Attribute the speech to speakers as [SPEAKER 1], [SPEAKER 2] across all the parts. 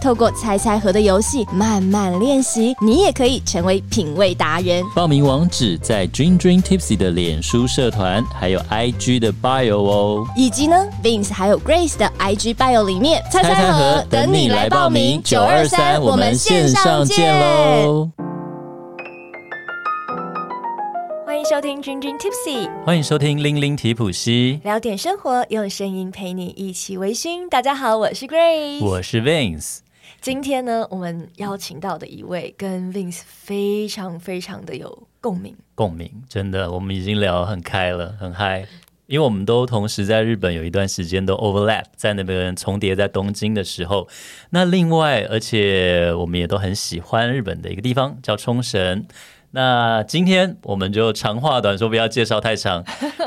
[SPEAKER 1] 透过猜猜盒的游戏慢慢练习，你也可以成为品味达人。
[SPEAKER 2] 报名网址在 Dream Dream Tipsy 的脸书社团，还有 IG 的 bio 哦。
[SPEAKER 1] 以及呢，Vince 还有 Grace 的 IG bio 里面，猜
[SPEAKER 2] 猜猜盒等你来报名，九二三我们线上见。喽！
[SPEAKER 1] 欢迎收听君君 Tipsy，
[SPEAKER 2] 欢迎收听《零零提普西》，
[SPEAKER 1] 聊点生活，用声音陪你一起微醺。大家好，我是 Grace。
[SPEAKER 2] 我是 Vince。
[SPEAKER 1] 今天呢，我们邀请到的一位跟 Vince 非常非常的有共鸣。
[SPEAKER 2] 共鸣，真的，我们已经聊得很开了，很嗨。因为我们都同时在日本有一段时间都 overlap 在那边重叠在东京的时候，那另外，而且我们也都很喜欢日本的一个地方叫冲绳。那今天我们就长话短说，不要介绍太长，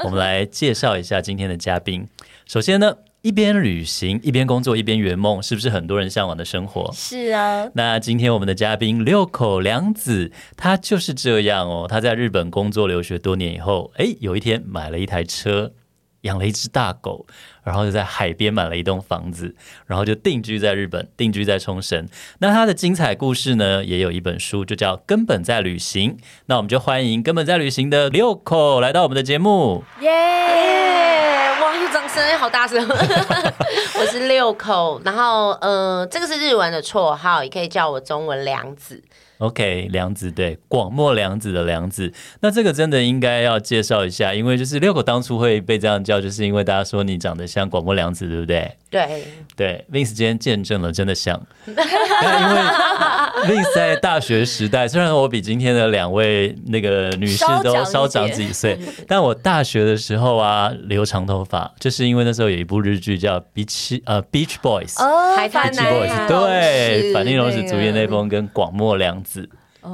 [SPEAKER 2] 我们来介绍一下今天的嘉宾。首先呢，一边旅行一边工作一边圆梦，是不是很多人向往的生活？
[SPEAKER 1] 是啊，
[SPEAKER 2] 那今天我们的嘉宾六口良子，他就是这样哦。他在日本工作留学多年以后，哎，有一天买了一台车，养了一只大狗，然后就在海边买了一栋房子，然后就定居在日本，定居在冲绳。那他的精彩故事呢，也有一本书，就叫《根本在旅行》。那我们就欢迎《根本在旅行》的六口来到我们的节目。
[SPEAKER 3] 耶、哇，又掌声好大声！我是六口，然后呃，这个是日文的绰号，也可以叫我中文梁子。
[SPEAKER 2] OK，梁子对，广末梁子的梁子，那这个真的应该要介绍一下，因为就是六狗当初会被这样叫，就是因为大家说你长得像广末梁子，对不对？
[SPEAKER 3] 对，
[SPEAKER 2] 对，Vince 今天见证了，真的 像。那因为 Vince 在大学时代，虽然我比今天的两位那个女士
[SPEAKER 1] 稍长
[SPEAKER 2] 都
[SPEAKER 1] 一
[SPEAKER 2] 稍长
[SPEAKER 1] 点
[SPEAKER 2] 几 岁，但我大学的时候啊，留长头发，就是因为那时候有一部日剧叫《Beach》呃《Beach Boys》。
[SPEAKER 1] 哦
[SPEAKER 3] 还
[SPEAKER 1] 反
[SPEAKER 3] 看
[SPEAKER 2] Beach
[SPEAKER 3] 男
[SPEAKER 2] Boys，
[SPEAKER 3] 孩
[SPEAKER 2] 对，反町隆
[SPEAKER 1] 那
[SPEAKER 2] 史、
[SPEAKER 1] 个
[SPEAKER 2] 竹叶内丰跟广末凉子，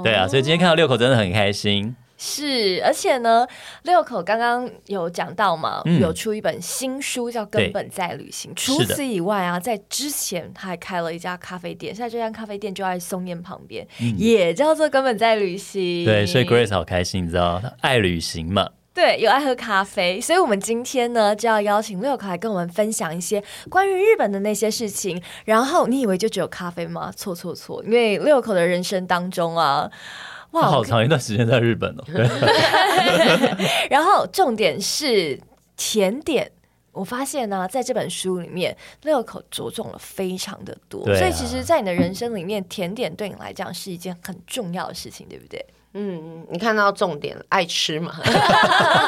[SPEAKER 2] 对啊，所以今天看到六口真的很开心。
[SPEAKER 1] 是，而且呢，六口刚刚有讲到嘛，
[SPEAKER 2] 嗯
[SPEAKER 1] 有出一本新书叫《根本在旅行》。除
[SPEAKER 2] 是的
[SPEAKER 1] 此以外啊，在之前他还开了一家咖啡店，现在这家咖啡店就在松烟旁边，也叫做《根本在旅行》。
[SPEAKER 2] 嗯对，所以 Grace 好开心，你知道，她爱旅行嘛，
[SPEAKER 1] 对，有爱喝咖啡，所以我们今天呢就要邀请六口来跟我们分享一些关于日本的那些事情。然后你以为就只有咖啡吗？错错错，因为六口的人生当中啊，
[SPEAKER 2] 她
[SPEAKER 1] 哇
[SPEAKER 2] 好，长一段时间在日本哦。对
[SPEAKER 1] 然后重点是甜点。我发现呢、在这本书里面，六口着重了非常的多，
[SPEAKER 2] 对啊
[SPEAKER 1] 所以其实，在你的人生里面，甜点对你来讲是一件很重要的事情，对不对？
[SPEAKER 3] 嗯，你看到重点了，爱吃嘛，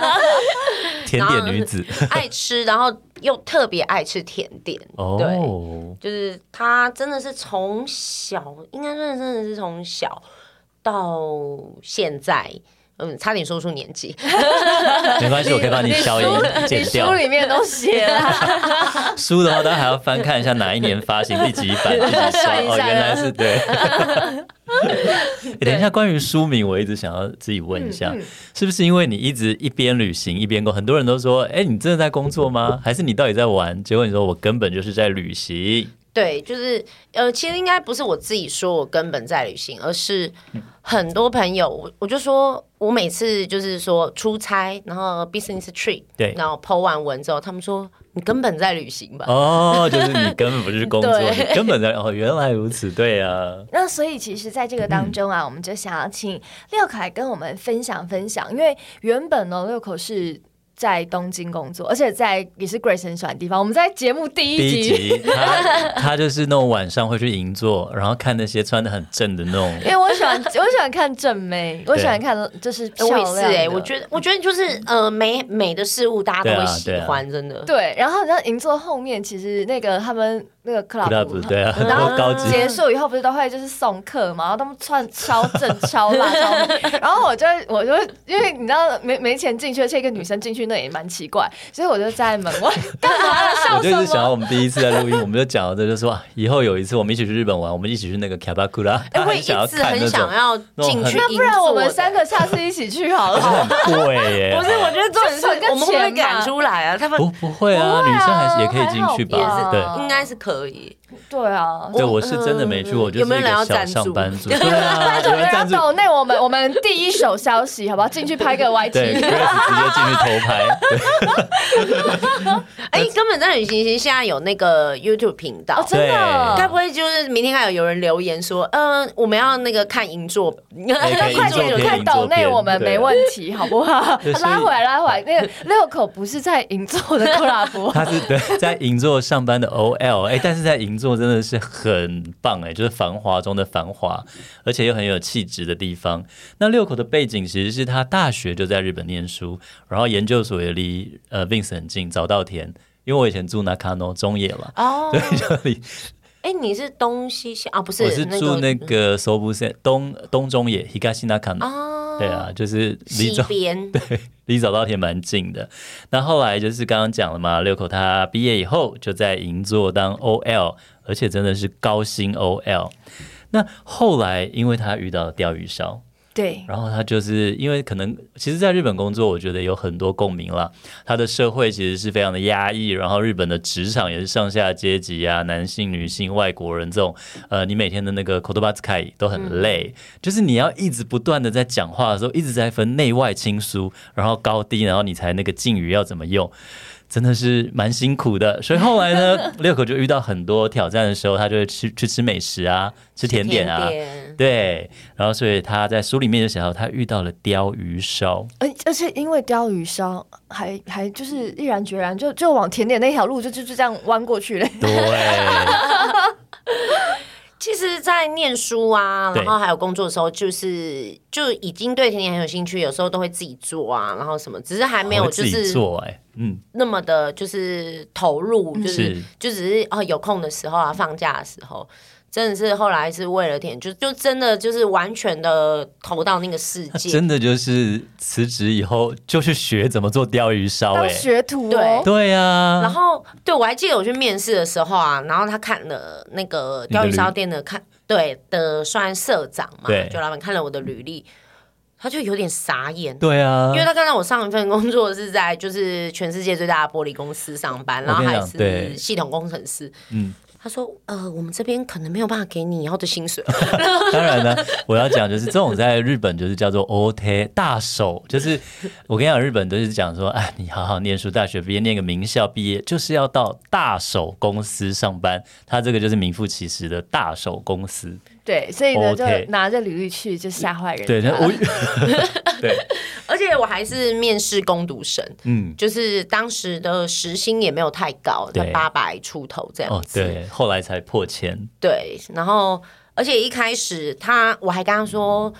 [SPEAKER 2] 甜点女子
[SPEAKER 3] 爱吃，然后又特别爱吃甜点。对，
[SPEAKER 2] 哦，
[SPEAKER 3] 就是他真的是从小，应该真的真的是从小到现在。嗯，差点说出年纪，
[SPEAKER 2] 没关系，我可以 帮你消音剪掉
[SPEAKER 1] 书。里面都 写了，
[SPEAKER 2] 书的话，大家还要翻看一下哪一年发行、第几 版、第几销
[SPEAKER 1] 算一下
[SPEAKER 2] 哦，原来是对。 欸等一下，关于书名，我一直想要自己问一
[SPEAKER 1] 嗯
[SPEAKER 2] 下，是不是因为你一直一边旅行一边工，很多人都说，哎，你真的在工作吗？还是你到底在玩？结果你说我根本就是在旅 行。
[SPEAKER 3] 对，就是呃，其实应该不是我自己说我根本在旅行，而是很多朋友，我我就说我每次就是说出差，然后 business trip，
[SPEAKER 2] 对
[SPEAKER 3] 然后 po 完文之后，他们说你根本在旅行吧。
[SPEAKER 2] 哦，就是你根本不是工作，
[SPEAKER 3] 对
[SPEAKER 2] 你根本在哦，原来如此，对啊，
[SPEAKER 1] 那所以其实，在这个当中啊，我们就想要请六凯跟我们分享分享，因为原本呢，六口是在东京工作，而且在也是 Grace 很喜欢的地方。我们在节目第
[SPEAKER 2] 第
[SPEAKER 1] 一
[SPEAKER 2] 一
[SPEAKER 1] 集，
[SPEAKER 2] 集他他就是那种晚上会去银座，然后看那些穿的很正的那 种
[SPEAKER 1] 因为我喜欢我喜欢看正妹，我喜欢看就是
[SPEAKER 3] 哎
[SPEAKER 1] 漂
[SPEAKER 3] 我
[SPEAKER 1] 亮
[SPEAKER 3] 也是
[SPEAKER 1] 的。
[SPEAKER 3] 哎、我觉得我觉得就是呃美美的事物大家都
[SPEAKER 2] 对
[SPEAKER 3] 会
[SPEAKER 2] 啊
[SPEAKER 3] 喜
[SPEAKER 2] 对啊
[SPEAKER 3] 欢，真的。
[SPEAKER 1] 对，然后你知道银座后面其实那个他们那个
[SPEAKER 2] club 对啊，很
[SPEAKER 1] 然
[SPEAKER 2] 多
[SPEAKER 1] 后
[SPEAKER 2] 高级
[SPEAKER 1] 结束以后不是都会就是送客嘛，然后他们穿超正超辣 超美，然后我就我就因为你知道没没钱进去，而且一个女生进去那也蛮奇怪，所以我就站在门外 干嘛呢
[SPEAKER 2] 我
[SPEAKER 1] 笑
[SPEAKER 2] 就
[SPEAKER 1] 什
[SPEAKER 2] 是想到
[SPEAKER 1] 么？
[SPEAKER 2] 我们第一次在录音，我们就讲到这，就说啊以后有一次我们一起去日本玩，我们一起去那个卡巴库拉，
[SPEAKER 3] 哎，
[SPEAKER 2] 他
[SPEAKER 3] 我
[SPEAKER 2] 很
[SPEAKER 3] 一直
[SPEAKER 2] 想要看那
[SPEAKER 3] 很
[SPEAKER 2] 种，
[SPEAKER 3] 想要进去，
[SPEAKER 2] 那
[SPEAKER 1] 不然我们三。个下次一起去好了。
[SPEAKER 2] 很贵耶。
[SPEAKER 3] 不是，我觉得重点是
[SPEAKER 1] 就省个
[SPEAKER 3] 我们会不会
[SPEAKER 1] 钱嘛
[SPEAKER 3] 赶出来啊？他们
[SPEAKER 2] 不不会啊，
[SPEAKER 1] 不会啊
[SPEAKER 2] 女生还是也可以进去
[SPEAKER 1] 还
[SPEAKER 2] 吧？
[SPEAKER 1] 好吧
[SPEAKER 2] 对。
[SPEAKER 3] 应该是可以。
[SPEAKER 1] 对啊，
[SPEAKER 2] 对，我是真的没去，
[SPEAKER 3] 嗯
[SPEAKER 2] 我就是
[SPEAKER 3] 有没有
[SPEAKER 2] 一
[SPEAKER 3] 人
[SPEAKER 2] 个
[SPEAKER 3] 要
[SPEAKER 2] 小
[SPEAKER 3] 赞助
[SPEAKER 2] 上班族。对啊，有人
[SPEAKER 1] 要
[SPEAKER 2] 赞助，
[SPEAKER 1] 抖内哦我们我们第一手消息好不好？进去拍个
[SPEAKER 2] 对，Grace
[SPEAKER 1] YT，
[SPEAKER 2] 直接进去偷拍。对
[SPEAKER 3] 哎，根本在旅行星现在有那个 YouTube 频道
[SPEAKER 1] 哦，，真的，
[SPEAKER 2] 对
[SPEAKER 3] 该不会就是明天还有有人留言说，嗯，我们要那个看银座，
[SPEAKER 2] 可以
[SPEAKER 1] 快
[SPEAKER 2] 哎银座
[SPEAKER 1] 点
[SPEAKER 2] 片
[SPEAKER 1] 快
[SPEAKER 2] 银
[SPEAKER 1] 抖
[SPEAKER 2] 座
[SPEAKER 1] 内
[SPEAKER 2] 片
[SPEAKER 1] 我们
[SPEAKER 2] 对
[SPEAKER 1] 没问 题，好不好？
[SPEAKER 2] 对所以
[SPEAKER 1] 拉回来拉回来，那个六口不是在银座的 club，
[SPEAKER 2] 他是对在银座上班的 OL，哎、但是在银座真的是很棒哎、就是繁华中的繁华，而且又很有气质的地方。那六口的背景其实是他大学就在日本念书，然后研究所也离呃 Vince 很近，早稻田。因为我以前住 Nakano 中野了，
[SPEAKER 3] 哦，
[SPEAKER 2] 这里
[SPEAKER 3] 哎，你是东西向啊？不是，
[SPEAKER 2] 我是住那
[SPEAKER 3] 个
[SPEAKER 2] 个 Sobu 线东东中野 Higashi Nakano，、
[SPEAKER 3] 啊，
[SPEAKER 2] 对，啊，就是离
[SPEAKER 3] 西
[SPEAKER 2] 中
[SPEAKER 3] 边，
[SPEAKER 2] 离早稻田蛮近的。那后来就是刚刚讲了嘛，六口他毕业以后就在银座当 OL，而且真的是高薪 OL。那后来因为他遇到了钓鱼烧，
[SPEAKER 1] 对，
[SPEAKER 2] 然后他就是因为可能，其实在日本工作，我觉得有很多共鸣啦。他的社会其实是非常的压抑，然后日本的职场也是上下阶级啊，男性、女性、外国人这种，呃，你每天的那个 k o d o b a t s k a 都很累，就是你要一直不断的在讲话的时候，一直在分内外亲疏，然后高低，然后你才那个敬语要怎么用。真的是蛮辛苦的，所以后来呢， 六口就遇到很多挑战的时候，他就会去去吃美食啊，吃甜点啊，
[SPEAKER 3] 点
[SPEAKER 2] 对，然后所以他在书里面就写到，他遇到了鲷鱼 烧，
[SPEAKER 1] 而而且因为鲷鱼烧，还还就是毅然决然就就往甜点那条路就就就这样弯过去嘞。
[SPEAKER 2] 对，
[SPEAKER 3] 其实，在念书啊，
[SPEAKER 2] 对
[SPEAKER 3] 然后还有工作的时候，就是就已经对甜点很有兴趣，有时候都会自己做啊，然后什么，只是还没有
[SPEAKER 2] 我
[SPEAKER 3] 就
[SPEAKER 2] 自己
[SPEAKER 3] 是
[SPEAKER 2] 做、哎，嗯，
[SPEAKER 3] 那么的，就是投入，就是
[SPEAKER 2] 是
[SPEAKER 3] 就只是哦有空的时候啊，放假的时候。真的是后来是为了甜，就就真的就是完全的投到那个世
[SPEAKER 2] 他
[SPEAKER 3] 界，
[SPEAKER 2] 真的就是辞职以后就去学怎么做鲷鱼烧、
[SPEAKER 1] 当
[SPEAKER 2] 哎，
[SPEAKER 1] 学徒哦
[SPEAKER 3] 对，
[SPEAKER 2] 对呀、啊，
[SPEAKER 3] 然后对我还记得我去面试的时候啊，然后他看了那个
[SPEAKER 2] 你的
[SPEAKER 3] 鲷鱼
[SPEAKER 2] 履
[SPEAKER 3] 烧店的看对的算社长嘛
[SPEAKER 2] 对，
[SPEAKER 3] 就老板看了我的履历，他就有点傻眼。
[SPEAKER 2] 对啊
[SPEAKER 3] 因，为他看到我上一份工作是在就是全世界最大的玻璃公司上班，
[SPEAKER 2] 我
[SPEAKER 3] 然后
[SPEAKER 2] 跟你
[SPEAKER 3] 还
[SPEAKER 2] 讲对
[SPEAKER 3] 是系统工程师。
[SPEAKER 2] 嗯，
[SPEAKER 3] 他说：“呃，我们这边可能没有办法给你以后的薪水。
[SPEAKER 2] 当然呢，我要讲就是这种在日本就是啊叫做 OT 大手，就是我跟你讲，日本都是讲说，哎，你好好念书，大学毕业念个名校毕业，就是要到大手公司上班，他这个就是名副其实的大手公司。
[SPEAKER 1] 对，所以呢就
[SPEAKER 2] OK
[SPEAKER 1] 拿着履历去就吓坏人。
[SPEAKER 3] 啊
[SPEAKER 2] 对，那我 对，
[SPEAKER 3] 而且我还是面试攻读生，
[SPEAKER 2] 嗯，
[SPEAKER 3] 就是当时的时薪也没有太高，
[SPEAKER 2] 对
[SPEAKER 3] 八百出头这样
[SPEAKER 2] 哦，
[SPEAKER 3] 子。
[SPEAKER 2] 对，后来才破千，
[SPEAKER 3] 对，然后而且一开始他我还跟他说。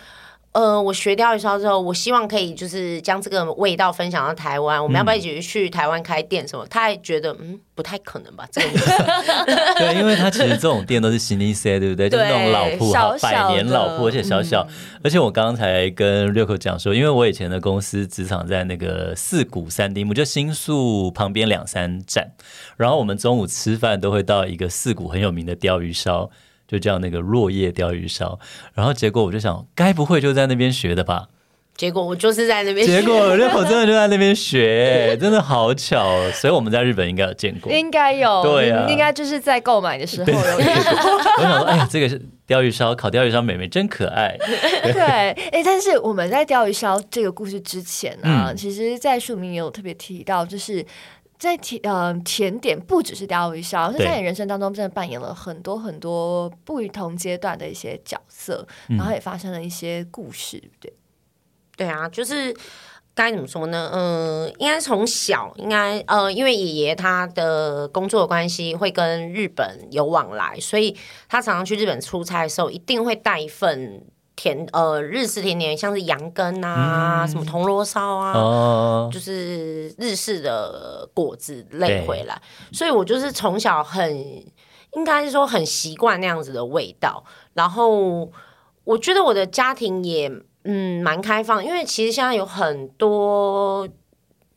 [SPEAKER 3] 呃，我学钓鱼烧之后，我希望可以就是将这个味道分享到台湾。我们
[SPEAKER 2] 嗯
[SPEAKER 3] 要不要一起去台湾开店什么？他还觉得嗯不太可能吧，这个女生
[SPEAKER 2] 对，因为它其实这种店都是新一 C，对不对？就是那种老铺，
[SPEAKER 1] 小
[SPEAKER 2] 哈，
[SPEAKER 1] 小的
[SPEAKER 2] 百年老铺，而且小小。而且我刚才跟六口讲说，因为我以前的公司职场在那个四谷三丁目，就新宿旁边两三站，然后我们中午吃饭都会到一个四谷很有名的鲷鱼烧。就叫那个落叶鲷鱼烧，然后结果我就想，该不会就在那边学的吧？
[SPEAKER 3] 结果我就是在那边
[SPEAKER 2] 结果六口真的就在那边学，真的好巧哦、所以我们在日本应该有见过。
[SPEAKER 1] 应该有，
[SPEAKER 2] 对啊
[SPEAKER 1] 你应该就是在购买的时 候
[SPEAKER 2] 对，
[SPEAKER 1] 有
[SPEAKER 2] 我想说，哎呀，这个是鲷鱼烧，烤鲷鱼烧妹妹真可 爱。
[SPEAKER 1] 对，哎、但是我们在钓鱼烧这个故事之前啊，其实，在书名也有特别提到，就是。在甜呃甜点不只是钓鱼烧，是
[SPEAKER 2] 对
[SPEAKER 1] 在你人生当中真的扮演了很多很多不同阶段的一些角色，然后也发生了一些故事，对
[SPEAKER 3] 对啊，就是该怎么说呢？嗯、应该从小应该呃，因为爷爷他的工作的关系会跟日本有往来，所以他常常去日本出差的时候，一定会带一份甜呃日式甜点，像是羊羹啊、什么铜锣烧啊。
[SPEAKER 2] 哦，
[SPEAKER 3] 就是日式的果子类
[SPEAKER 2] 对
[SPEAKER 3] 回来，所以我就是从小很应该是说很习惯那样子的味道。然后我觉得我的家庭也嗯蛮开放，因为其实现在有很多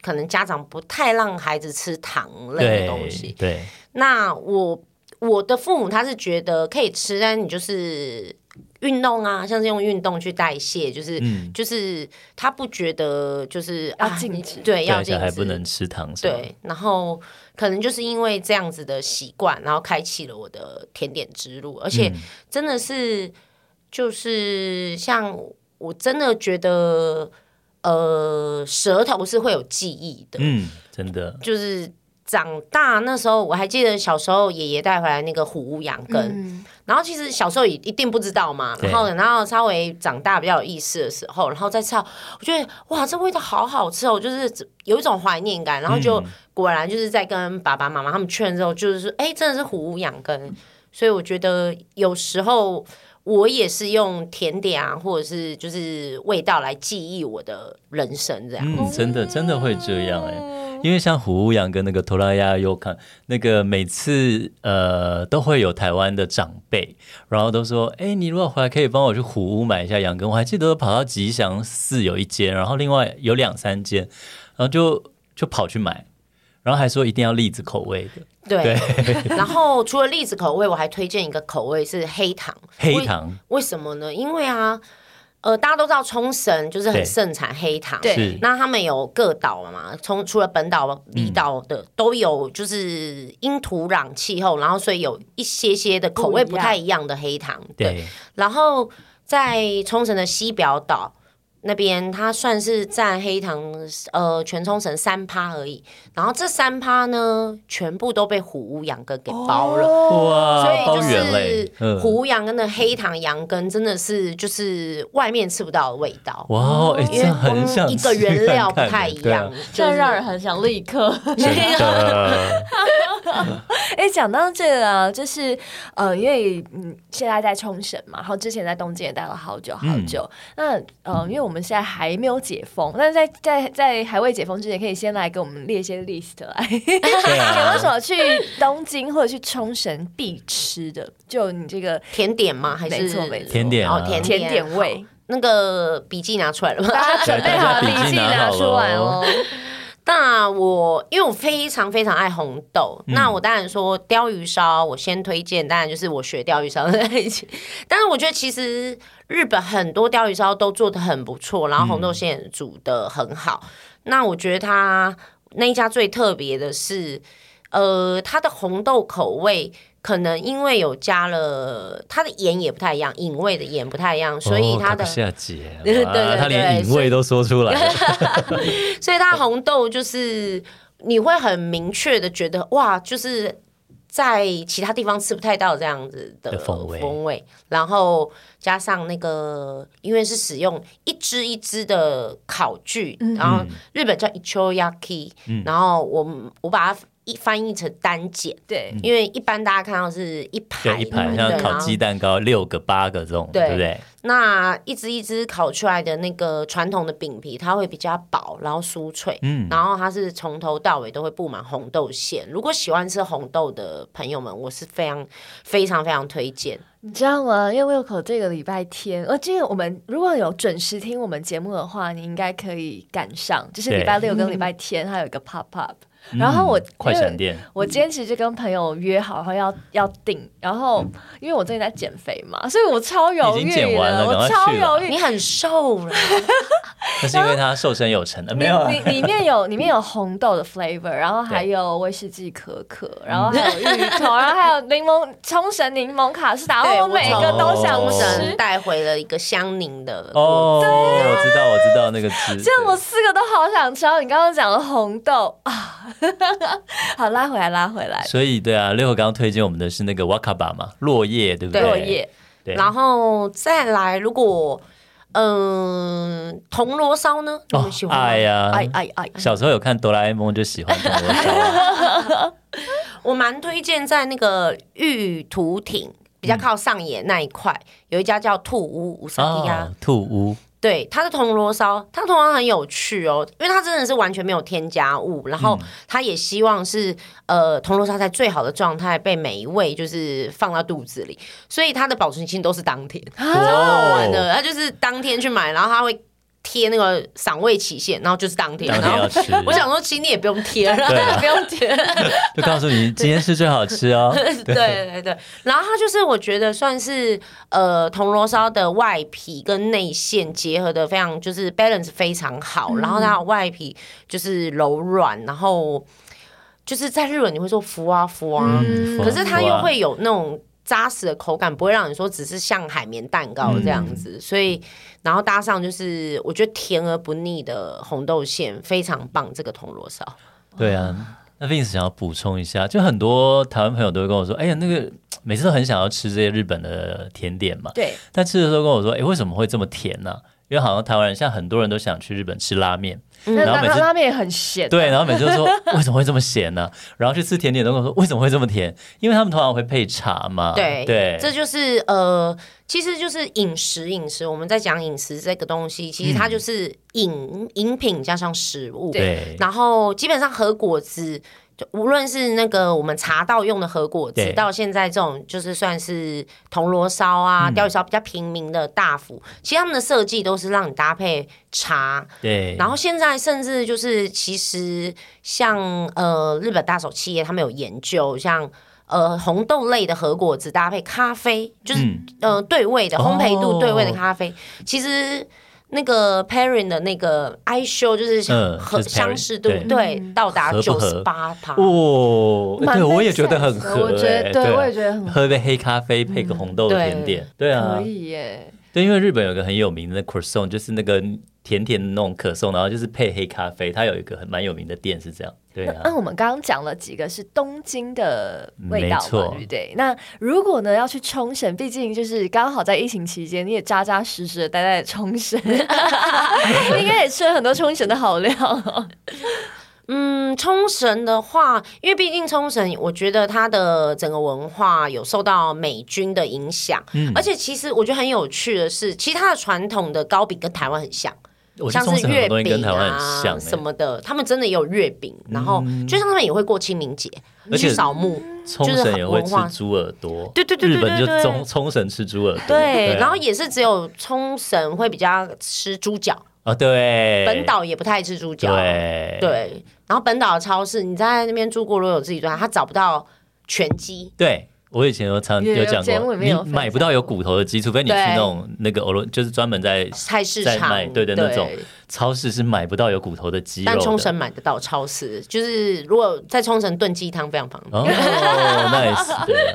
[SPEAKER 3] 可能家长不太让孩子吃糖类的东
[SPEAKER 2] 对
[SPEAKER 3] 西。
[SPEAKER 2] 对，
[SPEAKER 3] 那我我的父母他是觉得可以吃，但是你就是运动啊，像是用运动去代谢，就是、
[SPEAKER 2] 嗯，
[SPEAKER 3] 就是他不觉得就是
[SPEAKER 1] 要
[SPEAKER 3] 啊
[SPEAKER 1] 禁
[SPEAKER 3] 你
[SPEAKER 1] 止
[SPEAKER 3] 对，要
[SPEAKER 2] 对，
[SPEAKER 3] 禁
[SPEAKER 2] 小
[SPEAKER 3] 止，
[SPEAKER 2] 孩不能吃糖，是吧
[SPEAKER 3] 对，然后可能就是因为这样子的习惯，然后开启了我的甜点之路，而且
[SPEAKER 2] 嗯
[SPEAKER 3] 真的是就是像我真的觉得，呃，舌头是会有记忆的，
[SPEAKER 2] 嗯，真的，
[SPEAKER 3] 就是。长大那时候，我还记得小时候爷爷带回来那个虎乌羊羹，
[SPEAKER 1] 嗯，
[SPEAKER 3] 然后其实小时候也一定不知道嘛，
[SPEAKER 2] 对
[SPEAKER 3] 然后等到稍微长大比较有意识的时候，然后再吃到，我觉得哇，这味道好好吃哦，就是有一种怀念感。然后就
[SPEAKER 2] 嗯
[SPEAKER 3] 果然就是在跟爸爸妈妈他们确认之后，就是说，哎，真的是虎屋养根。所以我觉得有时候我也是用甜点啊，或者是就是味道来记忆我的人生这样。
[SPEAKER 2] 嗯，真的真的会这样哎、因为像虎屋羊跟那个托拉亚又看那个每次呃都会有台湾的长辈，然后都说，哎，你如果回来可以帮我去虎屋买一下羊羹，我还记得跑到吉祥寺有一间，然后另外有两三间，然后就就跑去买，然后还说一定要栗子口味的
[SPEAKER 3] 对， 然后除了栗子口味，我还推荐一个口味是黑糖。
[SPEAKER 2] 黑糖，
[SPEAKER 3] 为什么呢？因为啊，呃，大家都知道冲绳就是
[SPEAKER 2] 对
[SPEAKER 3] 很盛产黑糖，
[SPEAKER 1] 对
[SPEAKER 2] 是
[SPEAKER 3] 那他们有各岛嘛，从除了本岛、离岛的、
[SPEAKER 2] 嗯
[SPEAKER 3] 都有，就是因土壤、气候，然后所以有一些些的口味
[SPEAKER 1] 不一
[SPEAKER 3] 不
[SPEAKER 1] 样
[SPEAKER 3] 太一样的黑糖。
[SPEAKER 2] 对，
[SPEAKER 3] 然后在冲绳的西表岛那边，它算是占黑糖呃全冲绳三趴而已。然后这三趴呢，全部都被虎屋养根给
[SPEAKER 1] 哦
[SPEAKER 3] 包了。
[SPEAKER 2] 哇，
[SPEAKER 3] 所以
[SPEAKER 2] 哦包
[SPEAKER 3] 就
[SPEAKER 2] 圆嘞
[SPEAKER 3] 是，
[SPEAKER 2] 嗯。
[SPEAKER 3] 胡杨根的黑糖羊羹真的是就是外面吃不到的味道，
[SPEAKER 2] 哇哦，哎、
[SPEAKER 3] 因
[SPEAKER 2] 这
[SPEAKER 3] 为
[SPEAKER 2] 样很想
[SPEAKER 3] 光一个原料不太一样，
[SPEAKER 1] 这
[SPEAKER 2] 啊
[SPEAKER 1] 让人
[SPEAKER 3] 很
[SPEAKER 1] 很想立刻。
[SPEAKER 2] 真啊的，
[SPEAKER 1] 哎，讲到这个啊，就是呃，因为嗯，现在在冲绳嘛，然后之前在东京也待了好久好
[SPEAKER 2] 嗯
[SPEAKER 1] 久。那呃，因为我们现在还没有解封，但是在在在还未解封之前，可以先来给我们列一些 list 来，
[SPEAKER 2] 对
[SPEAKER 1] 有没有
[SPEAKER 2] 啊
[SPEAKER 1] 什，么去东京或者去冲绳必吃的？就你这个
[SPEAKER 3] 甜点吗？还是
[SPEAKER 1] 没错没错
[SPEAKER 2] 甜点啊
[SPEAKER 3] 哦，甜
[SPEAKER 1] 甜
[SPEAKER 3] 点
[SPEAKER 1] 点味，
[SPEAKER 3] 那个笔记拿出来了 吗？
[SPEAKER 1] 大家准备好了
[SPEAKER 2] 对大家笔
[SPEAKER 1] 记
[SPEAKER 2] 记拿
[SPEAKER 1] 拿
[SPEAKER 2] 好
[SPEAKER 1] 出来
[SPEAKER 2] 了哦
[SPEAKER 1] 哦。
[SPEAKER 3] 那我因为我非常非常爱红豆，那我当然说鲷鱼烧，我先推荐，当然就是我学鲷鱼烧在一起。但是我觉得其实日本很多鲷鱼烧都做的很不错，然后红豆馅也煮的很好。那我觉得它那一家最特别的是，呃，它的红豆口味。可能因为有加了它的盐也不太一样，引味的盐不太一样，所以
[SPEAKER 2] 哦
[SPEAKER 3] 它
[SPEAKER 2] 卡
[SPEAKER 3] 的、
[SPEAKER 2] 布夏姐，
[SPEAKER 3] 对对
[SPEAKER 2] 哇
[SPEAKER 3] 对
[SPEAKER 2] 她连
[SPEAKER 3] 对
[SPEAKER 2] 隐味都说出来了，
[SPEAKER 3] 所以它红豆就是你会很明确的觉得哇，就是在其他地方吃不太到这样子的
[SPEAKER 2] 的风味
[SPEAKER 3] 味然后加上那个，因为是使用一只一只的烤具，然
[SPEAKER 2] 嗯
[SPEAKER 3] 后日本叫 ichoyaki，、然后我们我把它一翻译成单剪。
[SPEAKER 1] 对，
[SPEAKER 3] 因为一般大家看到是一排
[SPEAKER 2] 嗯对，一盘
[SPEAKER 3] 嘛
[SPEAKER 2] 像
[SPEAKER 3] 对
[SPEAKER 2] 烤
[SPEAKER 3] 然后
[SPEAKER 2] 鸡蛋糕六个八个这种，
[SPEAKER 3] 对
[SPEAKER 2] 对不对？
[SPEAKER 3] 那一只一只烤出来的那个传统的饼皮，它会比较薄，然后酥脆，嗯，然后它是从头到尾都会布满红豆馅。如果喜欢吃红豆的朋友们，我是非常非常非常推荐。
[SPEAKER 1] 你知道吗？因为 w i l c o 这个礼拜天，呃，这个我们如果有准时听我们节目的话，你应该可以赶上，就是
[SPEAKER 2] 对
[SPEAKER 1] 礼拜六跟礼拜天，它有一个 pop up。然后我、
[SPEAKER 2] 嗯快
[SPEAKER 1] 因为
[SPEAKER 2] 闪嗯电，
[SPEAKER 1] 我今天其实就跟朋友约好，然后要要订，然后因为我最近在减肥嘛，所以我超犹
[SPEAKER 2] 嗯已
[SPEAKER 1] 豫
[SPEAKER 2] 经减完了赶
[SPEAKER 1] 我
[SPEAKER 2] 快
[SPEAKER 1] 超
[SPEAKER 2] 去了
[SPEAKER 1] 犹豫
[SPEAKER 3] 你。很瘦了，
[SPEAKER 2] 哦那是因为他瘦身有成的，没有啊
[SPEAKER 1] 里里面有里面有红豆的 flavor，然后还有威士忌可可，然
[SPEAKER 2] 嗯
[SPEAKER 1] 后还有芋头，然后还有柠檬冲绳柠檬卡士达，
[SPEAKER 3] 对
[SPEAKER 1] 然后我每
[SPEAKER 3] 我
[SPEAKER 1] 个都想
[SPEAKER 2] 哦
[SPEAKER 1] 吃
[SPEAKER 3] 神。带回了一个香柠的
[SPEAKER 2] 哦，
[SPEAKER 3] 啊
[SPEAKER 2] 我知道，我知道那个汁，
[SPEAKER 1] 这样我四个都好想吃。然后你刚刚讲的红豆啊， 好拉回来，拉回来。
[SPEAKER 2] 所以对啊，六刚刚推荐我们的是那个瓦卡巴嘛，落叶，对不对？
[SPEAKER 3] 对
[SPEAKER 1] 落叶，
[SPEAKER 2] 对，
[SPEAKER 3] 然后再来，如果嗯、铜锣烧呢，你
[SPEAKER 2] 哦
[SPEAKER 3] 们喜，欢吗？
[SPEAKER 2] 哎呀，
[SPEAKER 1] 哎哎哎，
[SPEAKER 2] 小时候有看哆啦 A 梦就喜欢铜锣 烧，
[SPEAKER 3] 我蛮推荐在那个玉土町比较靠上野那一块，有一家叫兔屋五三一啊
[SPEAKER 2] 哦，，兔屋，
[SPEAKER 3] 对，它的铜锣烧，它的铜锣烧很有趣哦，因为它真的是完全没有添加物，然
[SPEAKER 2] 嗯
[SPEAKER 3] 后它也希望是呃铜锣烧在最好的状态被每一位就是放到肚子里，所以它的保存期都是当天，
[SPEAKER 2] 哦
[SPEAKER 3] 完了，它就是当天去买，然后它会贴那个赏味期限，然后就是当天，
[SPEAKER 2] 当
[SPEAKER 3] 然
[SPEAKER 2] 天
[SPEAKER 3] 后
[SPEAKER 2] 要吃，
[SPEAKER 3] 我想说，其实你也不用贴，然
[SPEAKER 2] 对
[SPEAKER 3] 后
[SPEAKER 2] 啊
[SPEAKER 3] 不用贴，
[SPEAKER 2] 就告诉你今天是最好吃哦。
[SPEAKER 3] 对对对，然后它就是我觉得算是呃铜锣烧的外皮跟内馅结合的非常就是 balance 非常好，然后它的外皮就是柔软，然后就是在日本你会说浮啊浮啊，
[SPEAKER 2] 嗯
[SPEAKER 3] 可是它又，
[SPEAKER 2] 哇
[SPEAKER 3] 会有那种扎实的口感，不会让你说只是像海绵蛋糕这样子，所以然后搭上就是我觉得甜而不腻的红豆馅非常棒，这个铜锣烧。
[SPEAKER 2] 对啊。那 Vince 想要补充一下，就很多台湾朋友都会跟我说，哎呀，那个每次都很想要吃这些日本的甜点嘛，
[SPEAKER 1] 对，
[SPEAKER 2] 但吃的时候跟我说，哎，为什么会这么甜呢、因为好像台湾人，像很多人都想去日本吃拉面，
[SPEAKER 1] 那
[SPEAKER 2] 嗯然后
[SPEAKER 1] 拉
[SPEAKER 2] 每次
[SPEAKER 1] 拉面也很 咸，
[SPEAKER 2] 对，然后每次都说为什么会这么咸呢、然后去吃甜点都跟我说为什么会这么甜，因为他们通常会配茶嘛，
[SPEAKER 3] 对
[SPEAKER 2] 啊对，
[SPEAKER 3] 这就是呃，其实就是饮食，饮食。我们在讲饮食这个东西，其实它就是饮、饮品加上食物。
[SPEAKER 2] 嗯对
[SPEAKER 3] 然后基本上和果子，就无论是那个我们茶道用的和果子
[SPEAKER 2] 对，
[SPEAKER 3] 到现在这种就是算是铜锣烧啊、
[SPEAKER 2] 嗯
[SPEAKER 3] 鲷鱼烧比较平民的大福，其实他们的设计都是让你搭配茶。
[SPEAKER 2] 对，
[SPEAKER 3] 然后现在甚至就是，其实像呃日本大手企业，他们有研究，像呃红豆类的核果子搭配咖啡，就是、
[SPEAKER 2] 嗯
[SPEAKER 3] 呃对味的烘焙
[SPEAKER 2] 哦
[SPEAKER 3] 度对味的咖啡，其实。那个 pairing 的那个 I show 就是
[SPEAKER 2] 嗯
[SPEAKER 3] 和
[SPEAKER 2] 就是 pairing，
[SPEAKER 3] 相似度
[SPEAKER 2] 对
[SPEAKER 3] 对到达
[SPEAKER 2] 合不
[SPEAKER 3] 九
[SPEAKER 2] 合
[SPEAKER 3] 十八趴，
[SPEAKER 2] 哦，
[SPEAKER 1] 蛮
[SPEAKER 2] 对，
[SPEAKER 1] 被
[SPEAKER 2] 我也觉得很
[SPEAKER 1] sense 的
[SPEAKER 2] 合、欸，
[SPEAKER 1] 我觉得对
[SPEAKER 2] 啊
[SPEAKER 1] 我也觉得很合
[SPEAKER 2] 喝一杯黑咖啡配个红豆
[SPEAKER 3] 嗯对
[SPEAKER 2] 甜点，对啊
[SPEAKER 1] 可，以耶，
[SPEAKER 2] 对，因为日本有个很有名的 croissant，就是那个甜甜的那种可颂，然后就是配黑咖啡，它有一个很蛮有名的店是这样，对
[SPEAKER 1] 那
[SPEAKER 2] 啊，
[SPEAKER 3] 嗯
[SPEAKER 1] 我们刚刚讲了几个是东京的味道
[SPEAKER 2] 没
[SPEAKER 1] 嘛，
[SPEAKER 2] 错
[SPEAKER 1] 对不对？那如果呢要去冲绳，毕竟就是刚好在疫情期间，你也扎扎实实的待在 冲绳，应该也吃了很多冲绳的 好料哦。
[SPEAKER 3] 嗯，冲绳的话，因为毕竟冲绳，我觉得它的整个文化有受到美军的影响，
[SPEAKER 2] 嗯
[SPEAKER 3] 而且其实我觉得很有趣的是，其实它的传统的糕饼跟台湾很像，
[SPEAKER 2] 我觉
[SPEAKER 3] 像
[SPEAKER 2] 得冲
[SPEAKER 3] 是
[SPEAKER 2] 绳很
[SPEAKER 3] 月
[SPEAKER 2] 多东西跟
[SPEAKER 3] 饼
[SPEAKER 2] 台湾
[SPEAKER 3] 啊
[SPEAKER 2] 很像、欸，嗯
[SPEAKER 3] 什么的，他们真的也有月饼，然后就像他们也会过清明节
[SPEAKER 2] 而且
[SPEAKER 3] 去扫墓，
[SPEAKER 2] 冲
[SPEAKER 3] 就是
[SPEAKER 2] 绳也会
[SPEAKER 3] 文
[SPEAKER 2] 吃
[SPEAKER 3] 化
[SPEAKER 2] 猪耳朵，
[SPEAKER 3] 对对对对
[SPEAKER 2] 日本就
[SPEAKER 3] 对对
[SPEAKER 2] 冲冲绳吃猪耳朵，
[SPEAKER 3] 对，然后
[SPEAKER 2] 啊
[SPEAKER 3] 也是只有冲绳会比较吃猪脚，
[SPEAKER 2] 哦对，
[SPEAKER 3] 本岛也不太吃猪脚，
[SPEAKER 2] 对
[SPEAKER 3] 对，然后本岛的超市，你在那边住过，如果有自己家，他找不到全鸡。
[SPEAKER 2] 对，我以前有常
[SPEAKER 1] 有有
[SPEAKER 2] 讲
[SPEAKER 1] 节目
[SPEAKER 2] 过，
[SPEAKER 1] 里面
[SPEAKER 2] 你
[SPEAKER 1] 有分
[SPEAKER 2] 买不到有骨头的鸡，除非你去
[SPEAKER 3] 对
[SPEAKER 2] 那种那个欧罗，就是专门在
[SPEAKER 3] 菜市
[SPEAKER 2] 在
[SPEAKER 3] 场
[SPEAKER 2] 卖对的那种超市是买不到有骨头的鸡肉
[SPEAKER 3] 但
[SPEAKER 2] 的。
[SPEAKER 3] 冲绳买得到超市，就是如果在冲绳炖鸡汤非常方便，
[SPEAKER 2] 哦 ，nice 对啊。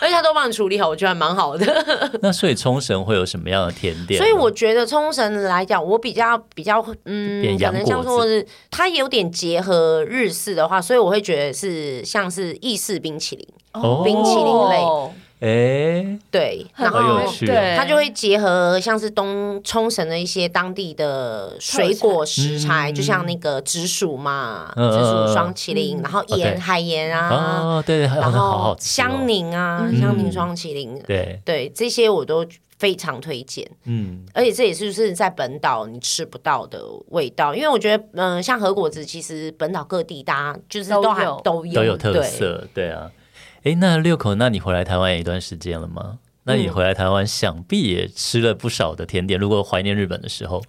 [SPEAKER 3] 而且他都帮你处理好，我觉得还蛮好的。
[SPEAKER 2] 那所以冲绳会有什么样的甜点呢？
[SPEAKER 3] 所以我觉得冲绳来讲，我比较比较
[SPEAKER 2] 变
[SPEAKER 3] 嗯，可
[SPEAKER 2] 洋
[SPEAKER 3] 能
[SPEAKER 2] 果
[SPEAKER 3] 像
[SPEAKER 2] 子
[SPEAKER 3] 说是它有点结合日式的话，所以我会觉得是像是意式冰淇淋，
[SPEAKER 2] 哦
[SPEAKER 3] 冰淇淋类
[SPEAKER 2] 哎，
[SPEAKER 3] 对，然
[SPEAKER 2] 好有
[SPEAKER 3] 后
[SPEAKER 2] 趣哦
[SPEAKER 1] 哦对，
[SPEAKER 3] 它就会结合像是东冲绳的一些当地的水果食材，
[SPEAKER 2] 嗯
[SPEAKER 3] 就像那个紫薯嘛，
[SPEAKER 2] 嗯
[SPEAKER 3] 紫薯双麒麟，然后
[SPEAKER 2] 哦对
[SPEAKER 3] 盐海盐啊，
[SPEAKER 2] 哦，对对， 好
[SPEAKER 3] 然
[SPEAKER 2] 像好
[SPEAKER 3] 后
[SPEAKER 2] 好吃哦
[SPEAKER 3] 香，柠啊，
[SPEAKER 1] 嗯
[SPEAKER 3] 香柠双麒麟，
[SPEAKER 2] 对，
[SPEAKER 3] 对这些我都非常推荐。
[SPEAKER 2] 嗯，
[SPEAKER 3] 而且这也是就是在本岛你吃不到的味道，因为我觉得，嗯、像和果子，其实本岛各地大家就是
[SPEAKER 1] 都
[SPEAKER 3] 都还
[SPEAKER 1] 有
[SPEAKER 3] 都有
[SPEAKER 2] 都有特
[SPEAKER 3] 对
[SPEAKER 2] 色，对啊。哎，那六口，那你回来台湾也一段时间了吗？那
[SPEAKER 3] 嗯
[SPEAKER 2] 你回来台湾，想必也吃了不少的甜点。如果怀念日本的时候，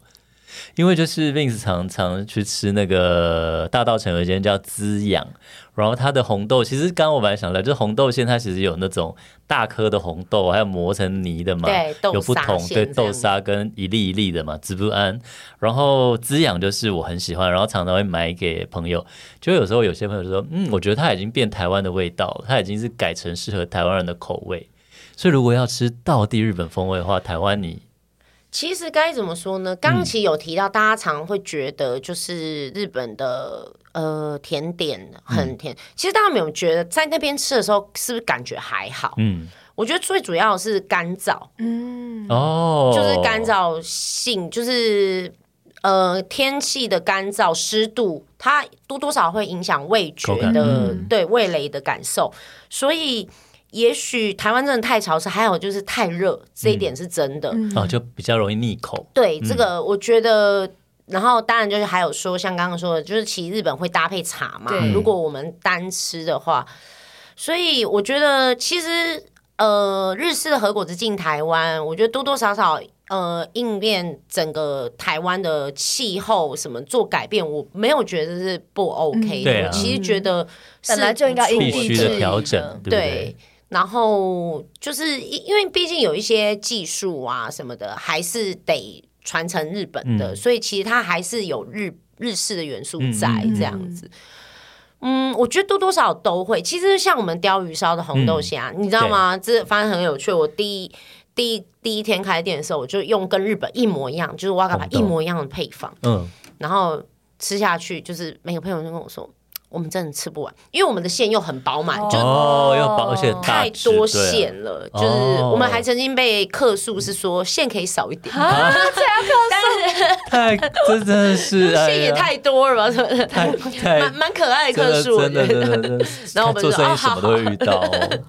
[SPEAKER 2] 因为就是 Vince 常常去吃那个大道城有一间叫滋养，然后它的红豆，其实刚刚我本来想到，就是红豆馅它其实有那种大颗的红豆，还有磨成泥的嘛，
[SPEAKER 3] 对豆
[SPEAKER 2] 有不
[SPEAKER 3] 沙
[SPEAKER 2] 同
[SPEAKER 3] 馅
[SPEAKER 2] 对
[SPEAKER 3] 这
[SPEAKER 2] 豆
[SPEAKER 3] 样
[SPEAKER 2] 沙跟一粒一粒的嘛，滋不安。然后滋养就是我很喜欢，然后常常会买给朋友。就有时候有些朋友就说，嗯，我觉得它已经变台湾的味道了，它已经是改成适合台湾人的口味。所以如果要吃道地日本风味的话，台湾你
[SPEAKER 3] 其实该怎么说
[SPEAKER 2] 嗯
[SPEAKER 3] 呢？刚其实有提到，大家常会觉得就是日本的呃甜点
[SPEAKER 2] 嗯
[SPEAKER 3] 很甜，其实大家有没有觉得在那边吃的时候，是不是感觉还好？
[SPEAKER 2] 嗯
[SPEAKER 3] 我觉得最主要的是干燥，
[SPEAKER 1] 嗯，
[SPEAKER 2] 哦，
[SPEAKER 3] 就是干燥性，就是呃天气的干燥、湿度，它多多少会影响味
[SPEAKER 2] 口
[SPEAKER 3] 觉
[SPEAKER 2] 感
[SPEAKER 3] 的
[SPEAKER 2] 嗯
[SPEAKER 3] 对味蕾的感受，所以。也许台湾真的太潮湿，还有就是太热，这一点是真
[SPEAKER 1] 嗯
[SPEAKER 3] 的。
[SPEAKER 2] 哦，就比较容易腻口。
[SPEAKER 3] 对，这个我觉得。然后当然就是还有说，像刚刚说的，就是其实日本会搭配茶嘛
[SPEAKER 1] 对。
[SPEAKER 3] 如果我们单吃的话，所以我觉得其实呃，日式的和果子进台湾，我觉得多多少少呃应变整个台湾的气候什么做改变，我没有觉得是不 OK 的。
[SPEAKER 2] 对啊
[SPEAKER 3] 我其实觉得是
[SPEAKER 1] 本来就应该因
[SPEAKER 2] 必
[SPEAKER 1] 地
[SPEAKER 2] 须
[SPEAKER 1] 制
[SPEAKER 2] 的
[SPEAKER 1] 宜
[SPEAKER 2] 调
[SPEAKER 1] 的
[SPEAKER 2] 整，对不对
[SPEAKER 3] 嗯对？然后就是因因为毕竟有一些技术啊什么的，还是得传承日本的，
[SPEAKER 2] 嗯
[SPEAKER 3] 所以其实它还是有日日式的元素在
[SPEAKER 2] 嗯
[SPEAKER 1] 嗯
[SPEAKER 3] 这样子。嗯，我觉得多多少少都会。其实像我们鲷鱼烧的红
[SPEAKER 2] 嗯
[SPEAKER 3] 豆虾，你知道吗？这发现很有趣。我第一第一第一天开店的时候，我就用跟日本一模一样，就是瓦卡巴
[SPEAKER 2] 红豆
[SPEAKER 3] 一模一样的配方。
[SPEAKER 2] 嗯，
[SPEAKER 3] 然后吃下去，就是每个朋友就跟我说，我们真的吃不完，因为我们的馅又很饱满，就
[SPEAKER 2] 哦，要保，而且大
[SPEAKER 3] 太
[SPEAKER 2] 只
[SPEAKER 3] 多
[SPEAKER 2] 对啊
[SPEAKER 3] 馅了，
[SPEAKER 2] 哦
[SPEAKER 3] 就是我们还曾经被客诉是说馅可以少一点，
[SPEAKER 2] 哦
[SPEAKER 1] 啊，这样
[SPEAKER 2] 太，这真的 是哎
[SPEAKER 3] 馅也
[SPEAKER 2] 呀
[SPEAKER 3] 太多了吧，什么的，
[SPEAKER 2] 哎太太
[SPEAKER 3] 蛮蛮可爱
[SPEAKER 2] 真的
[SPEAKER 3] 的客诉，我
[SPEAKER 2] 真
[SPEAKER 3] 觉
[SPEAKER 2] 的
[SPEAKER 3] 得。
[SPEAKER 2] 真的真的，
[SPEAKER 3] 然后我们
[SPEAKER 2] 做
[SPEAKER 3] 就说
[SPEAKER 2] 生意
[SPEAKER 3] 哦
[SPEAKER 2] 什
[SPEAKER 3] 好
[SPEAKER 2] 么都会遇到哦、